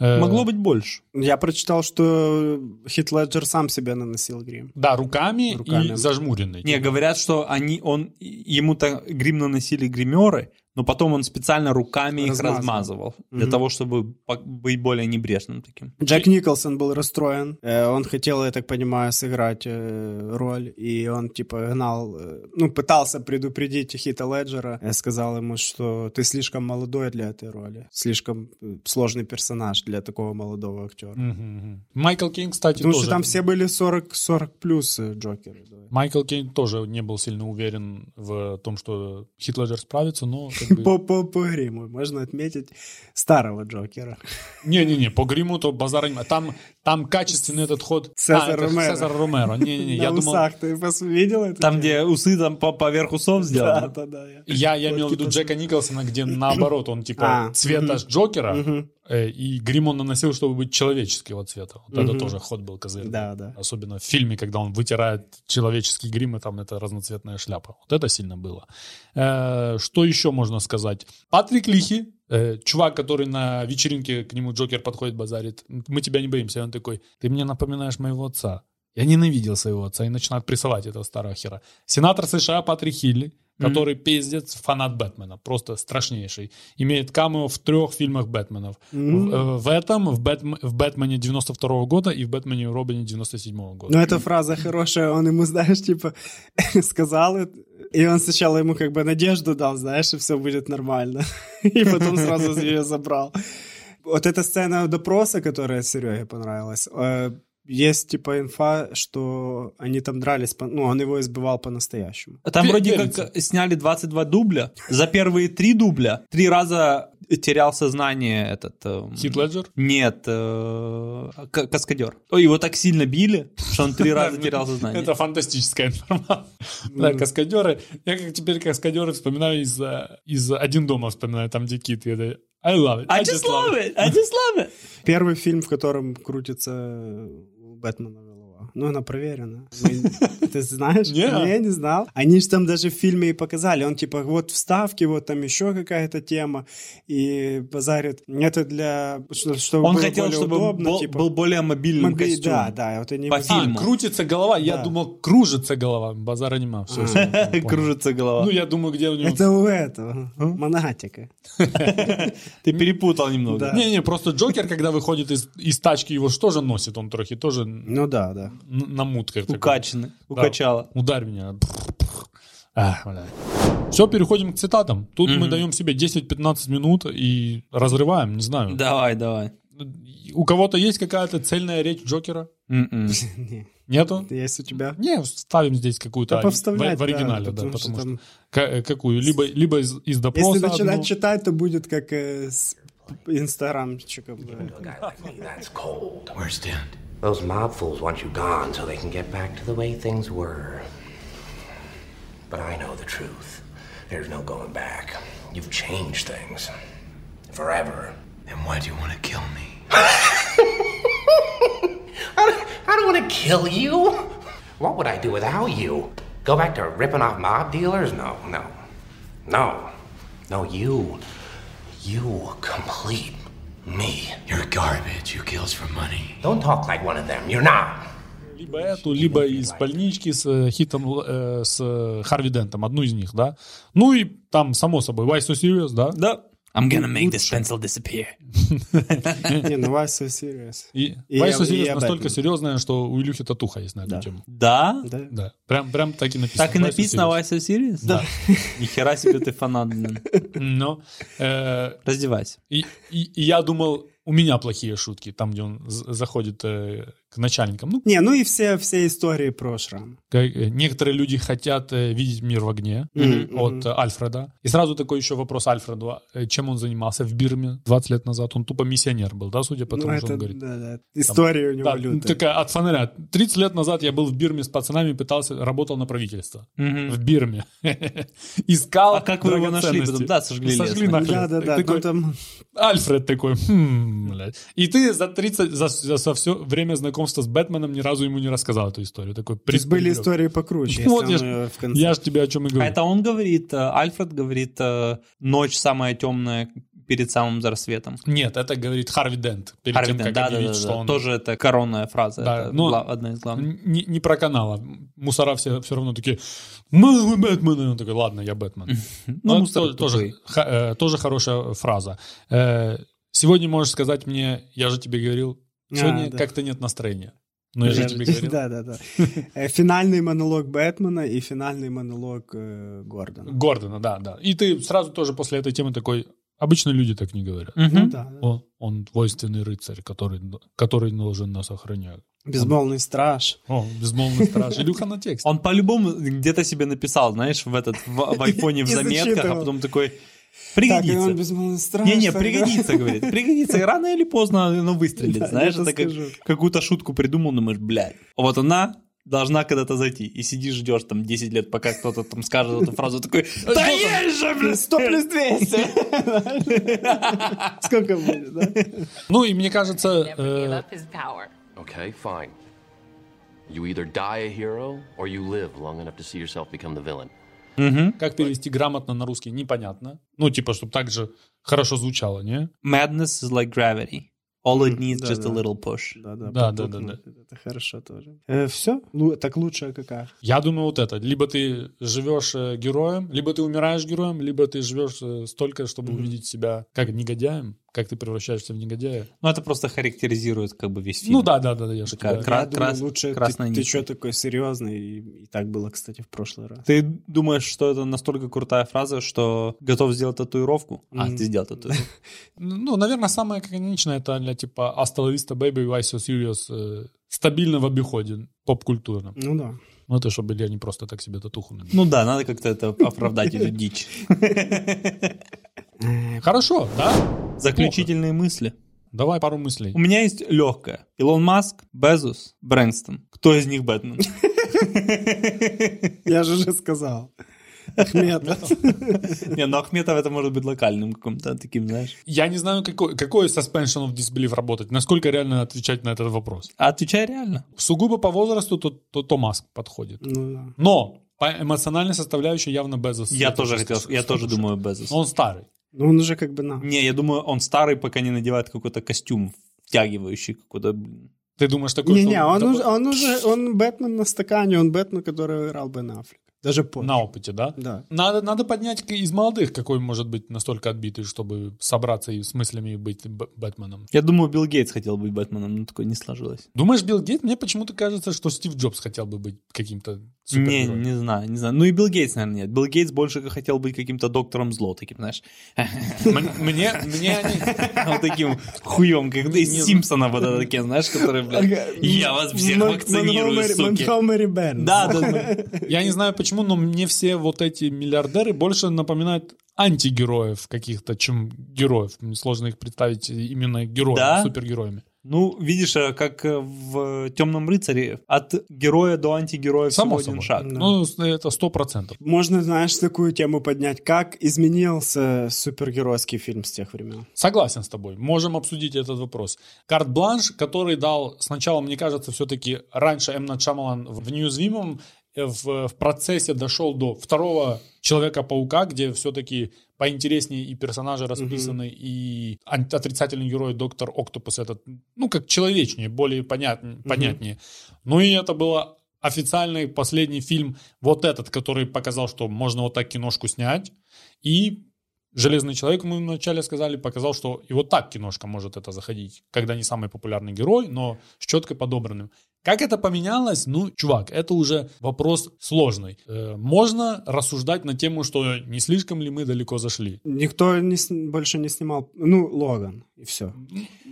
Э,
Могло быть больше.
Я прочитал, что Хит Леджер сам себе наносил грим.
Да, руками,
Руками.
и зажмуренный.
Не, говорят, что они, он, ему то грим наносили гримеры, но потом он специально руками их
Размазывал.
размазывал для
Мгм.
того, чтобы по- быть более небрежным таким.
Джек Николсон был расстроен. Э, Он хотел, я так понимаю, сыграть э, роль, и он типа гнал, э, ну, пытался предупредить Хита Леджера. Я сказал ему, что ты слишком молодой для этой роли, слишком э, сложный персонаж для такого молодого актера.
Мгм, мгм. Майкл Кейн, кстати,
Потому
тоже.
что там все были 40, 40 плюс э, Джокеры. да.
Майкл Кейн тоже не был сильно уверен в том, что Хитлер справится, но...
*laughs*
как бы-
По, по, по гриму можно отметить старого Джокера.
Не-не-не, по гриму то базара не... Там, там качественный этот ход...
Цезарь
А, это
Ромеро.
Цезарь
*laughs*
Ромеро. Не-не-не,
На
я думал...
усах. Ты пос- видел это?
Там, где усы там по- поверх усов
Да,
сделаны.
да, да. я-
Я, я имел в виду
типа-
Джека Николсона, где наоборот, он типа
А,
цвета
мгм.
ж Джокера,
Мгм.
э, и грим он наносил, чтобы быть человеческого цвета. Вот это
Мгм.
тоже ход был козырный.
Да, да.
Особенно в фильме, когда он вытирает человеческий грим, и там это разноцветная шляпа. Вот это сильно было. Э, что еще можно сказать? Патрик Лихи, э, чувак, который на вечеринке к нему Джокер подходит, базарит. Мы тебя не боимся. И он такой, ты мне напоминаешь моего отца. Я ненавидел своего отца и начинает прессовать этого старого хера. Сенатор США Патрик Хилли, который пиздец фанат Бэтмена, просто страшнейший. Имеет камео в трех фильмах Бэтменов. В, э, в этом, в, Бэтм- в Бэтмене 92 года и в Бэтмене и Робине 97 года.
Ну, эта фраза хорошая, он ему, *laughs* знаешь, типа, сказал, это, и он сначала ему как бы надежду дал, знаешь, и все будет нормально. *laughs* И потом сразу ее забрал. Вот эта сцена допроса, которая Сереге понравилась, э, есть типа инфа, что они там дрались, по- ну, он его избивал по-настоящему.
Там
Ве-
вроде
верится.
как сняли 22 дубля. За первые три дубля три раза терял сознание этот... эм,
Типа
Хит Леджер?
Нет, э, к- каскадер. Ой, его так сильно били, что он три раза терял сознание.
Это фантастическая информация. Да, каскадеры. Я как теперь каскадеры вспоминаю из, э, из «Один дома» вспоминаю, там где Кит. и это I love it.
I just love it! I just love it!
Первый фильм, в котором крутится э, у Бэтмена голова. Ну, она проверена.
*laughs*
Мы- Ты знаешь? Ну,
Не.
Я не знал. Они же там даже в фильме и показали. Он типа, вот вставки, вот там еще какая-то тема. И базарит. Это для... что- Чтобы
Он
было
хотел,
более
чтобы
удобно,
был-
типа.
был более мобильным
Могли-
костюм.
Да,
*laughs*
да. Вот они...
По
его-
А,
фильму. *laughs*
крутится голова. Я
Да.
думал, кружится голова. Базара нема. Всё, всё, я понял.
Кружится голова.
Ну, я думаю, где у него...
Это у этого.
А?
Монатика.
Ты перепутал немного.
Да.
Не-не, просто Джокер, когда выходит из, из тачки, его что же носит? Он трохи тоже н-
Ну да, да. *laughs*
на мутках. такой.
Укачаны. Укачало.
Ударь меня. Все, переходим к цитатам. Тут мы даем себе 10-15 минут и разрываем, не знаю.
Давай, давай.
У кого-то есть какая-то цельная речь Джокера?
М-м.
Не,
Нету?
это Есть у тебя?
Не, ставим здесь какую-то
Да,
а,
повставлять,
в, в оригинале, да, потому,
потому
что,
там-
ка- э, какую либо либо из, из допроса.
Если начинать
одну.
читать, то будет как э, с инстаграмчиком. да.
That's cold. Where's Dent? Those mob fools want you gone so they can get back to the way things were. But I know the truth. There's no going back. You've changed things. Forever. Then why do you want to kill me? I don't, I don't want to kill you. What would I do without you? Go back to ripping off mob dealers? No, no. No. No, you. You complete me. You're garbage who kills for money. Don't talk like one of them. You're not.
Либо эту, либо из больнички с э, Хитом, Л- э, с э, Харви Дентом, одну из них, да. Ну и там, само собой, Why So Serious, да?
Да. I'm gonna make this pencil disappear.
Не, ну why so serious?
И,
И
Why
я-
So
и
Serious
об
настолько
этом.
серьезная, что у Илюхи татуха есть на эту тему.
Да?
Да?
Да, прям, прям так и написано.
Так и
Why So
написано
Serious.
Why So Serious? Да. *laughs* Нихера себе ты фанат. блин.
Но э,
Раздевайся.
И, и, и я думал, у меня плохие шутки, там, где он з- заходит э, к начальникам. Ну,
Не, ну и все, все истории про шрам. Ну,
как, э, некоторые люди хотят э, видеть мир в огне
Мгм,
от
мгм.
э, Альфреда. И сразу такой еще вопрос Альфреду, а, э, чем он занимался в Бирме 20 лет назад. Он тупо миссионер был, да, судя по тому,
ну,
что он говорит.
да, да. История у него
Да, ну,
лютая.
такая от фонаря. 30 лет назад я был в Бирме с пацанами, пытался, работал на правительство. В Бирме. *laughs* Искал
А как вы его нашли?
драгоценности.
Потом, Да, сожгли лес.
Сожгли нахрен.
Да, да, да.
Такой,
Ну, там,
Альфред такой, «Хм, блядь». И ты за 30, за, за- за все время знакомства с Бэтменом ни разу ему не рассказал эту историю. Такой,
то есть были
приберег.
истории покруче.
Вот
если
я
он, э, в конце.
Я ж тебе о чем и
А
говорю.
это он говорит, э, Альфред говорит, э, ночь самая темная перед самым рассветом.
Нет, это говорит Харви Дент. Перед
Харви
тем,
Дент,
как
да, да,
объявить,
да,
что
да.
он...
Тоже это коронная фраза,
Да,
это
но-
гла- одна из главных.
Н- Не, не про канала. Мусора все, все равно такие, мы вы Бэтмен. И он такой, ладно, я Бэтмен.
Ну,
Это
мусор
тоже, тоже, ха- э, тоже хорошая фраза. Э, сегодня можешь сказать мне, я же тебе говорил,
А,
сегодня
да.
как-то нет настроения. Но я же тебе
*laughs*
говорил.
Да, да, да. Э, Финальный монолог Бэтмена и финальный монолог э, Гордона.
Гордона, да, да. И ты сразу тоже после этой темы такой, обычно люди так не говорят.
Ну да, да.
Он, он двойственный рыцарь, который, который должен нас охранять.
Безмолвный страж.
О, безмолвный страж. Илюха на текст.
Он по-любому где-то себе написал, знаешь, в этот в, в айфоне в
И
заметках, а
зачитывал.
потом такой
Так, и он
пригодится.
безмолвный страж.
Не-не,
так, да.
пригодится, говорит. Пригодится, и рано или поздно оно выстрелит.
Да,
знаешь,
я же
это как-
скажу.
какую-то шутку придумал, думаешь, блядь, вот она должна когда-то зайти. И сидишь, ждешь там 10 лет, пока кто-то там скажет эту фразу, такой, да есть же, блядь!
100 плюс 200. Сколько будет, да?
Ну и мне кажется, э,
Okay, fine. You either die a hero or you live long enough to see yourself become the villain.
как перевести грамотно на русский, непонятно. Ну, типа, чтобы так же хорошо звучало, не?
Madness is like gravity. All it needs
да,
just a
да.
little push.
Да, да,
Да,
подтолкнуть.
да,
Это хорошо тоже. Все? Так лучшая какая?
Я думаю, вот это. Либо ты живешь э, героем, либо ты умираешь героем, либо ты живешь э, столько, чтобы увидеть себя как негодяем, как ты превращаешься в негодяя.
Ну, это просто характеризует как бы весь фильм.
Ну да, да, да, да, я же
Такая
тебя-
кра-
Я думаю,
крас-
лучше
красная
ты,
нить.
что такой серьезный? И, и так было, кстати, в прошлый раз.
Ты думаешь, что это настолько крутая фраза, что готов сделать татуировку? А,
Мгм.
ты сделал татуировку.
Ну, наверное, самое каноничное это для типа Асталовиста Baby, Why So Serious э, стабильно в обиходе поп-культурно.
Ну да.
Ну, это чтобы я не просто так себе татуху набил.
Ну да, надо как-то это оправдать, *laughs* эту дичь.
Э. Хорошо, да?
Заключительные мысли.
Давай пару мыслей.
У меня есть легкая. Илон Маск, Безус, Брэнстон. Кто из них Бэтмен?
Я же уже сказал. Ахмед.
Не, ну Ахметов это может быть локальным каким-то таким, знаешь.
Я не знаю, какой, какой suspension of disbelief работать, насколько реально отвечать на этот вопрос.
А отвечай реально.
Сугубо по возрасту, то, то, то Маск подходит.
Ну да.
Но по эмоциональной составляющей явно Безос.
Я тоже хотел, я тоже
слушаю.
думаю Безус.
Он старый.
Ну он уже как бы на.
Не, я думаю, он старый, пока не надевает какой-то костюм втягивающий какой-то. блин.
Ты думаешь, такой, что
Не-не, он
да,
уже, он уже, он Бэтмен на стакане, он Бэтмен, который играл Бен Аффлек. Даже позже.
на опыте, да?
Да.
Надо, надо поднять к- из молодых, какой может быть настолько отбитый, чтобы собраться и с мыслями и быть Б- Бэтменом.
Я думаю, Билл Гейтс хотел быть Бэтменом, но такое не сложилось.
Думаешь, Билл Гейтс? Мне почему-то кажется, что Стив Джобс хотел бы быть каким-то
Не,
супергерой?
не знаю, не знаю. Ну и Билл Гейтс, наверное, нет. Билл Гейтс больше хотел быть каким-то доктором зло, таким, знаешь,
М- Мне, мне они...
*laughs*
Ну,
вот таким хуем, как из
Не-
Симпсонов вот это такие, знаешь, которые, блядь, я вас всех
Мон-
вакцинирую,
Монтгомери-
суки.
Монтгомери Бернс.
Да, да, да.
Я не знаю почему, но мне все вот эти миллиардеры больше напоминают антигероев каких-то, чем героев. Мне сложно их представить именно героями,
Да?
супергероями.
Ну, видишь, э, как э, в «Темном рыцаре» от героя до антигероя
Само
всего
собой.
один шаг.
Ну, с- это сто процентов.
Можно, знаешь, такую тему поднять. Как изменился супергеройский фильм с тех времен?
Согласен с тобой. Можем обсудить этот вопрос. Карт-бланш, который дал сначала, мне кажется, все-таки раньше М. Найт Шьямалан в Ньюзвимом в, в процессе дошел до второго Человека-паука, где все-таки поинтереснее и персонажи расписаны, и ан- отрицательный герой Доктор Октопус этот, ну, как человечнее, более понят- понятнее. Ну и это было официальный последний фильм, вот этот, который показал, что можно вот так киношку снять, и Железный человек, мы вначале сказали, показал, что и вот так киношка может это заходить, когда не самый популярный герой, но с четко подобранным. Как это поменялось? Ну, чувак, это уже вопрос сложный. Э, можно рассуждать на тему, что не слишком ли мы далеко зашли.
Никто не с- больше не снимал... Ну, Логан, и все.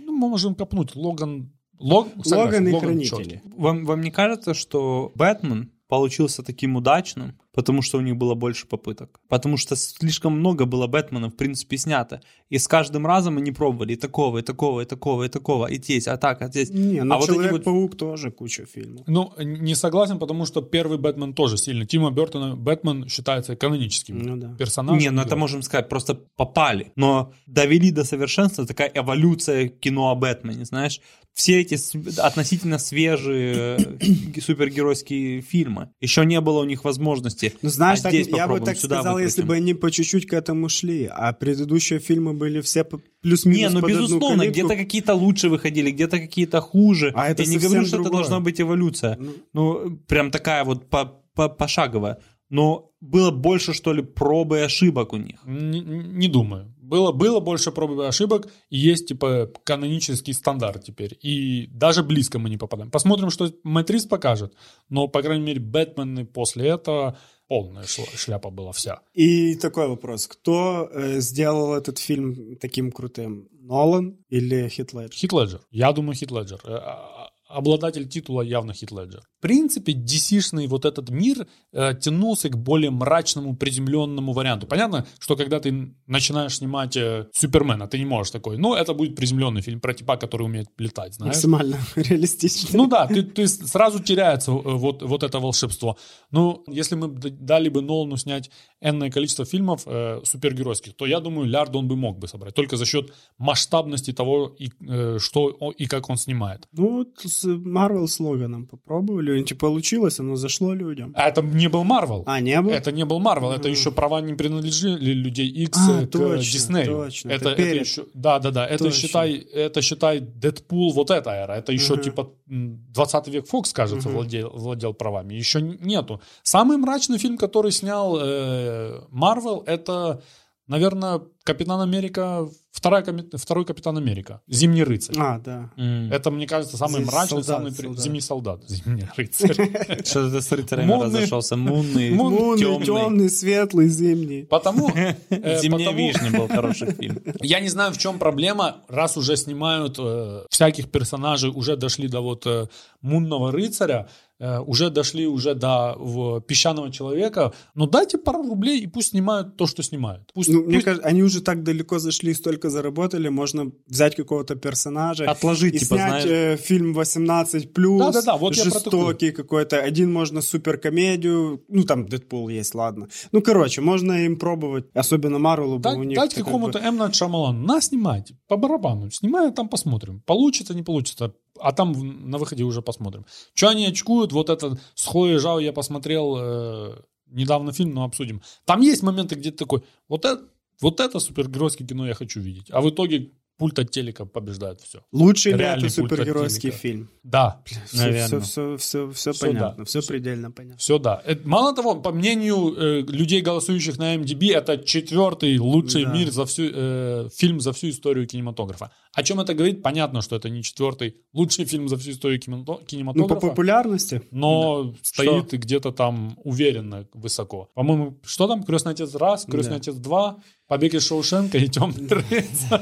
Ну, мы можем копнуть. Логан... Лог...
Логан
согласен,
и
чёрт.
Хранители.
Вам, вам не кажется, что Бэтмен получился таким удачным, потому что у них было больше попыток? Потому что слишком много было Бэтмена, в принципе, снято. И с каждым разом они пробовали и такого, и такого, и такого, и такого, и здесь, а так, а здесь.
Не, ну
а вот эти вот-
Человек-паук тоже куча фильмов.
Ну, не согласен, потому что первый Бэтмен тоже сильный. Тима Бертона Бэтмен считается каноническим
Ну да.
персонажем.
не, ну это можем сказать, просто попали. Но довели до совершенства такая эволюция кино о Бэтмене, знаешь. Все эти с- относительно свежие э, супергеройские фильмы. Еще не было у них возможности.
Ну, знаешь,
а
так-
здесь
я бы
попробуем,
так
сюда
сказал, если
выкрутим.
бы они по чуть-чуть к этому шли, а предыдущие фильмы были все по- плюс-минус
Не, ну
под одну
безусловно,
калитку.
где-то какие-то лучше выходили, где-то какие-то хуже.
А это
Я не
совсем
говорю, что это
другое.
должна быть эволюция. Ну, прям такая вот по- по- пошаговая. Но было больше, что ли, пробы и ошибок у них.
Не, не думаю. Было, было больше проб и ошибок, и есть, типа, канонический стандарт теперь. И даже близко мы не попадаем. Посмотрим, что Мэтрис покажет. Но, по крайней мере, Бэтмены после этого полная шла- шляпа была вся.
И такой вопрос. Кто э, сделал этот фильм таким крутым? Нолан или Хит Леджер?
Хит Леджер. Я думаю, Хит Леджер. Э, а- Обладатель титула явно Хит Леджер. В принципе, DC-шный вот этот мир э, тянулся к более мрачному, приземленному варианту. Понятно, что когда ты начинаешь снимать э, Супермена, ты не можешь такой. Ну, это будет приземленный фильм про типа, который умеет летать, знаешь?
Максимально *laughs* реалистично.
Ну да, ты, ты с- сразу теряется э, вот, вот это волшебство. Ну, если мы б дали бы Нолану снять энное количество фильмов э, супергеройских, то я думаю, Лярд он бы мог бы собрать. Только за счет масштабности того, и, э, что о- и как он снимает.
Ну, вот с Марвел с Логаном попробовали, ничего получилось, оно зашло людям.
А это не был Марвел.
А, не было?
Это не был Марвел, это еще права не принадлежили людей X
А,
э, к
точно,
Диснею.
точно.
Это,
Это
это
перед.
еще, да, да, да. Это
Точно.
считай, это считай Дэдпул вот эта эра. Это еще
Мгм.
типа м, 20 век Фокс, кажется, владел, владел правами. Еще н- нету. Самый мрачный фильм, который снял э, Марвел, это, наверное, Капитан Америка, вторая, ками- второй Капитан Америка, Зимний рыцарь.
А, да.
М,
Это, мне кажется, самый
Зи-
мрачный,
солдат,
самый при-
солдат.
зимний солдат, зимний
*laughs*
рыцарь.
Что ты с рыцарями
Мунный-
разошелся? *laughs* Мунный,
Мунный,
Лунный,
темный.
темный, светлый, зимний.
Потому, э,
Зимняя
потому-
вишня был хороший
*laughs*
фильм.
Я не знаю, в чем проблема, раз уже снимают э, всяких персонажей, уже дошли до вот э, Мунного рыцаря, э, уже дошли уже до в, песчаного человека. Ну дайте пару рублей и пусть снимают то, что снимают. Пусть,
Ну, мне
пусть-
кажется, они уже так далеко зашли, столько заработали, можно взять какого-то персонажа
А,
Отложи,
и
типа,
снять
знаешь.
э, фильм 18 плюс,
Да-да-да, вот я про
жестокий какой-то. Один можно суперкомедию, ну там Дэдпул есть, ладно. Ну короче, можно им пробовать, особенно Марвелу,
дать,
Ну, у них
дать
это как
какому-то
бы-
М. Найт Шамалану, на, снимайте, по барабану, снимай, а там посмотрим. Получится, не получится, а там в- на выходе уже посмотрим. Че они очкуют, вот этот с Хлоей Жао я посмотрел э, недавно фильм, но обсудим. Там есть моменты, где ты такой, вот это, вот это супергеройское кино я хочу видеть. А в итоге пульт от телека побеждает все.
Лучший ли
Реальный
это
пульт от
супергеройский
телека.
фильм?
Да, наверное.
Все, все, все, все,
Всё
понятно,
да.
все предельно понятно.
Все, да. Э, Мало того, по мнению э, людей, голосующих на MDB, это четвертый лучший
Да.
мир за всю, э, фильм за всю историю кинематографа. О чем это говорит? Понятно, что это не четвертый лучший фильм за всю историю кинемато-
Ну, по
кинематографа.
популярности?
но стоит и где-то там уверенно высоко. По-моему, что там? Крестный отец раз, крестный
Да.
отец два, побег из Шоушенка и темный
*laughs*
рыцарь.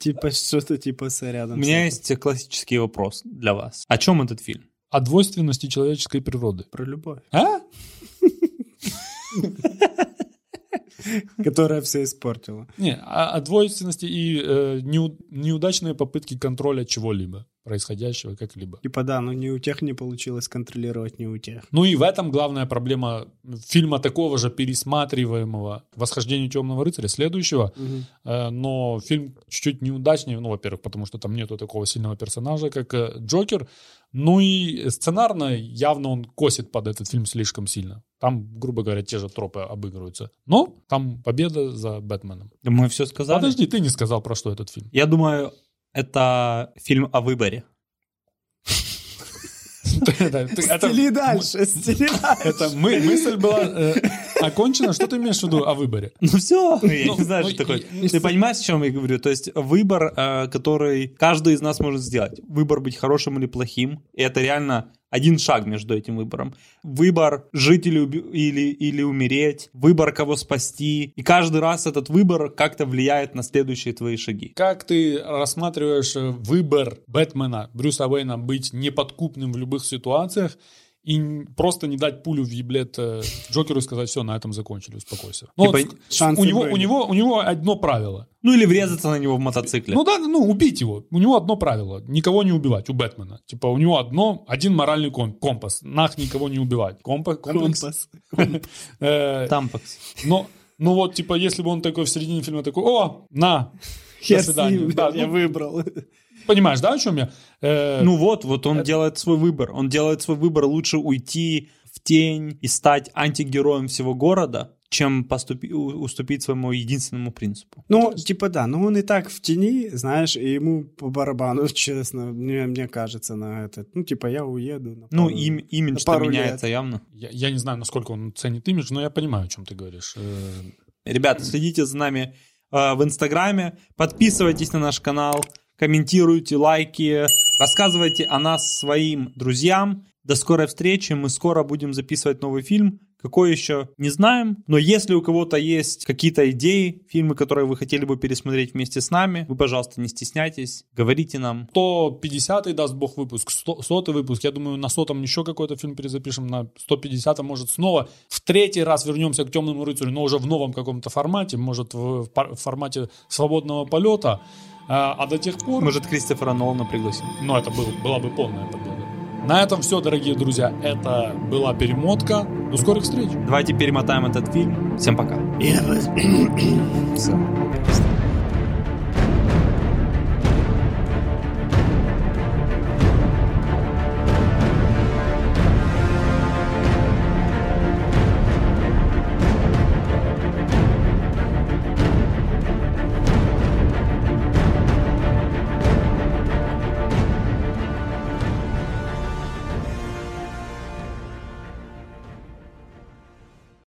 Типа что-то типа с рядом.
У меня есть классический вопрос для вас. О чем этот фильм?
О двойственности человеческой природы.
Про любовь,
А?
*laughs* которая все испортила.
Не, о, о двойственности и э, неу- неудачные попытки контроля чего-либо, происходящего как-либо.
Типа да, но не у тех не получилось контролировать, не у тех.
Ну и в этом главная проблема фильма такого же пересматриваемого «Восхождение темного рыцаря», следующего. Э, но фильм чуть-чуть неудачнее, ну, во-первых, потому что там нету такого сильного персонажа, как э, Джокер. Ну и сценарно явно он косит под этот фильм слишком сильно. Там, грубо говоря, те же тропы обыгрываются. Но там победа за Бэтменом.
Мы все сказали.
Подожди, ты не сказал, про что этот фильм. *laughs*
Я думаю, это фильм о выборе.
Да, ты- это-
Стели дальше, стели дальше.
Это мы- мысль была э, окончена. Что ты имеешь в виду о выборе?
Ну все, я
Ну,
не знаю,
ну,
что такое.
и-
Ты понимаешь, о чем я говорю? То есть выбор, э, который каждый из нас может сделать. Выбор быть хорошим или плохим. И это реально один шаг между этим выбором. Выбор жить или, уби- или, или умереть. Выбор кого спасти. И каждый раз этот выбор как-то влияет на следующие твои шаги.
Как ты рассматриваешь э, выбор Бэтмена, Брюса Уэйна, быть неподкупным в любых ситуациях и н- просто не дать пулю в еблет э, Джокеру и сказать, все, на этом закончили, успокойся. Ну,
Типа,
вот с-
шансы
у, него, у,
были.
него, у него одно правило.
Ну или врезаться на него в мотоцикле.
Ну да, ну убить его. У него одно правило. Никого не убивать у Бэтмена. Типа у него одно, один моральный ком- компас. Нах никого не убивать. Компа- компас.
*laughs* Компас.
Э,
Тампакс.
Но, ну вот, типа, если бы он такой в середине фильма такой, о, на, до
Я с
свидания.
ним,
Да,
я
ну,
выбрал.
понимаешь, да, о чем я? Э,
Ну вот, вот он делает свой выбор. Он делает свой выбор лучше уйти в тень и стать антигероем всего города, чем поступи- у- уступить своему единственному принципу.
*laughs* Ну, типа да, но он и так в тени, знаешь, и ему по барабану, *laughs* честно, мне, мне кажется, на этот. Ну, типа, я уеду. на
Ну,
пару-
им, имидж
Э, пару лет.
меняется явно.
я, я не знаю, насколько он ценит имидж, но я понимаю, о чем ты говоришь. Э,
Ребята, следите за нами э, в Инстаграме, подписывайтесь на наш канал, комментируйте, лайки, рассказывайте о нас своим друзьям. До скорой встречи, мы скоро будем записывать новый фильм. Какой еще, не знаем. Но если у кого-то есть какие-то идеи, фильмы, которые вы хотели бы пересмотреть вместе с нами, вы, пожалуйста, не стесняйтесь, говорите нам.
то 50-й даст бог выпуск, 100 сотый выпуск. Я думаю, на сотом еще какой-то фильм перезапишем, на 150-м, может, снова. В третий раз вернемся к «Темному рыцарю», но уже в новом каком-то формате, может, в, в пар- в формате свободного полета. А, а до тех пор...
Может, Кристофера Нолана пригласим.
Но это был, была бы полная победа. На этом все, дорогие друзья. Это была перемотка. До скорых встреч!
Давайте перемотаем этот фильм. Всем пока.
Я вас-
Всё.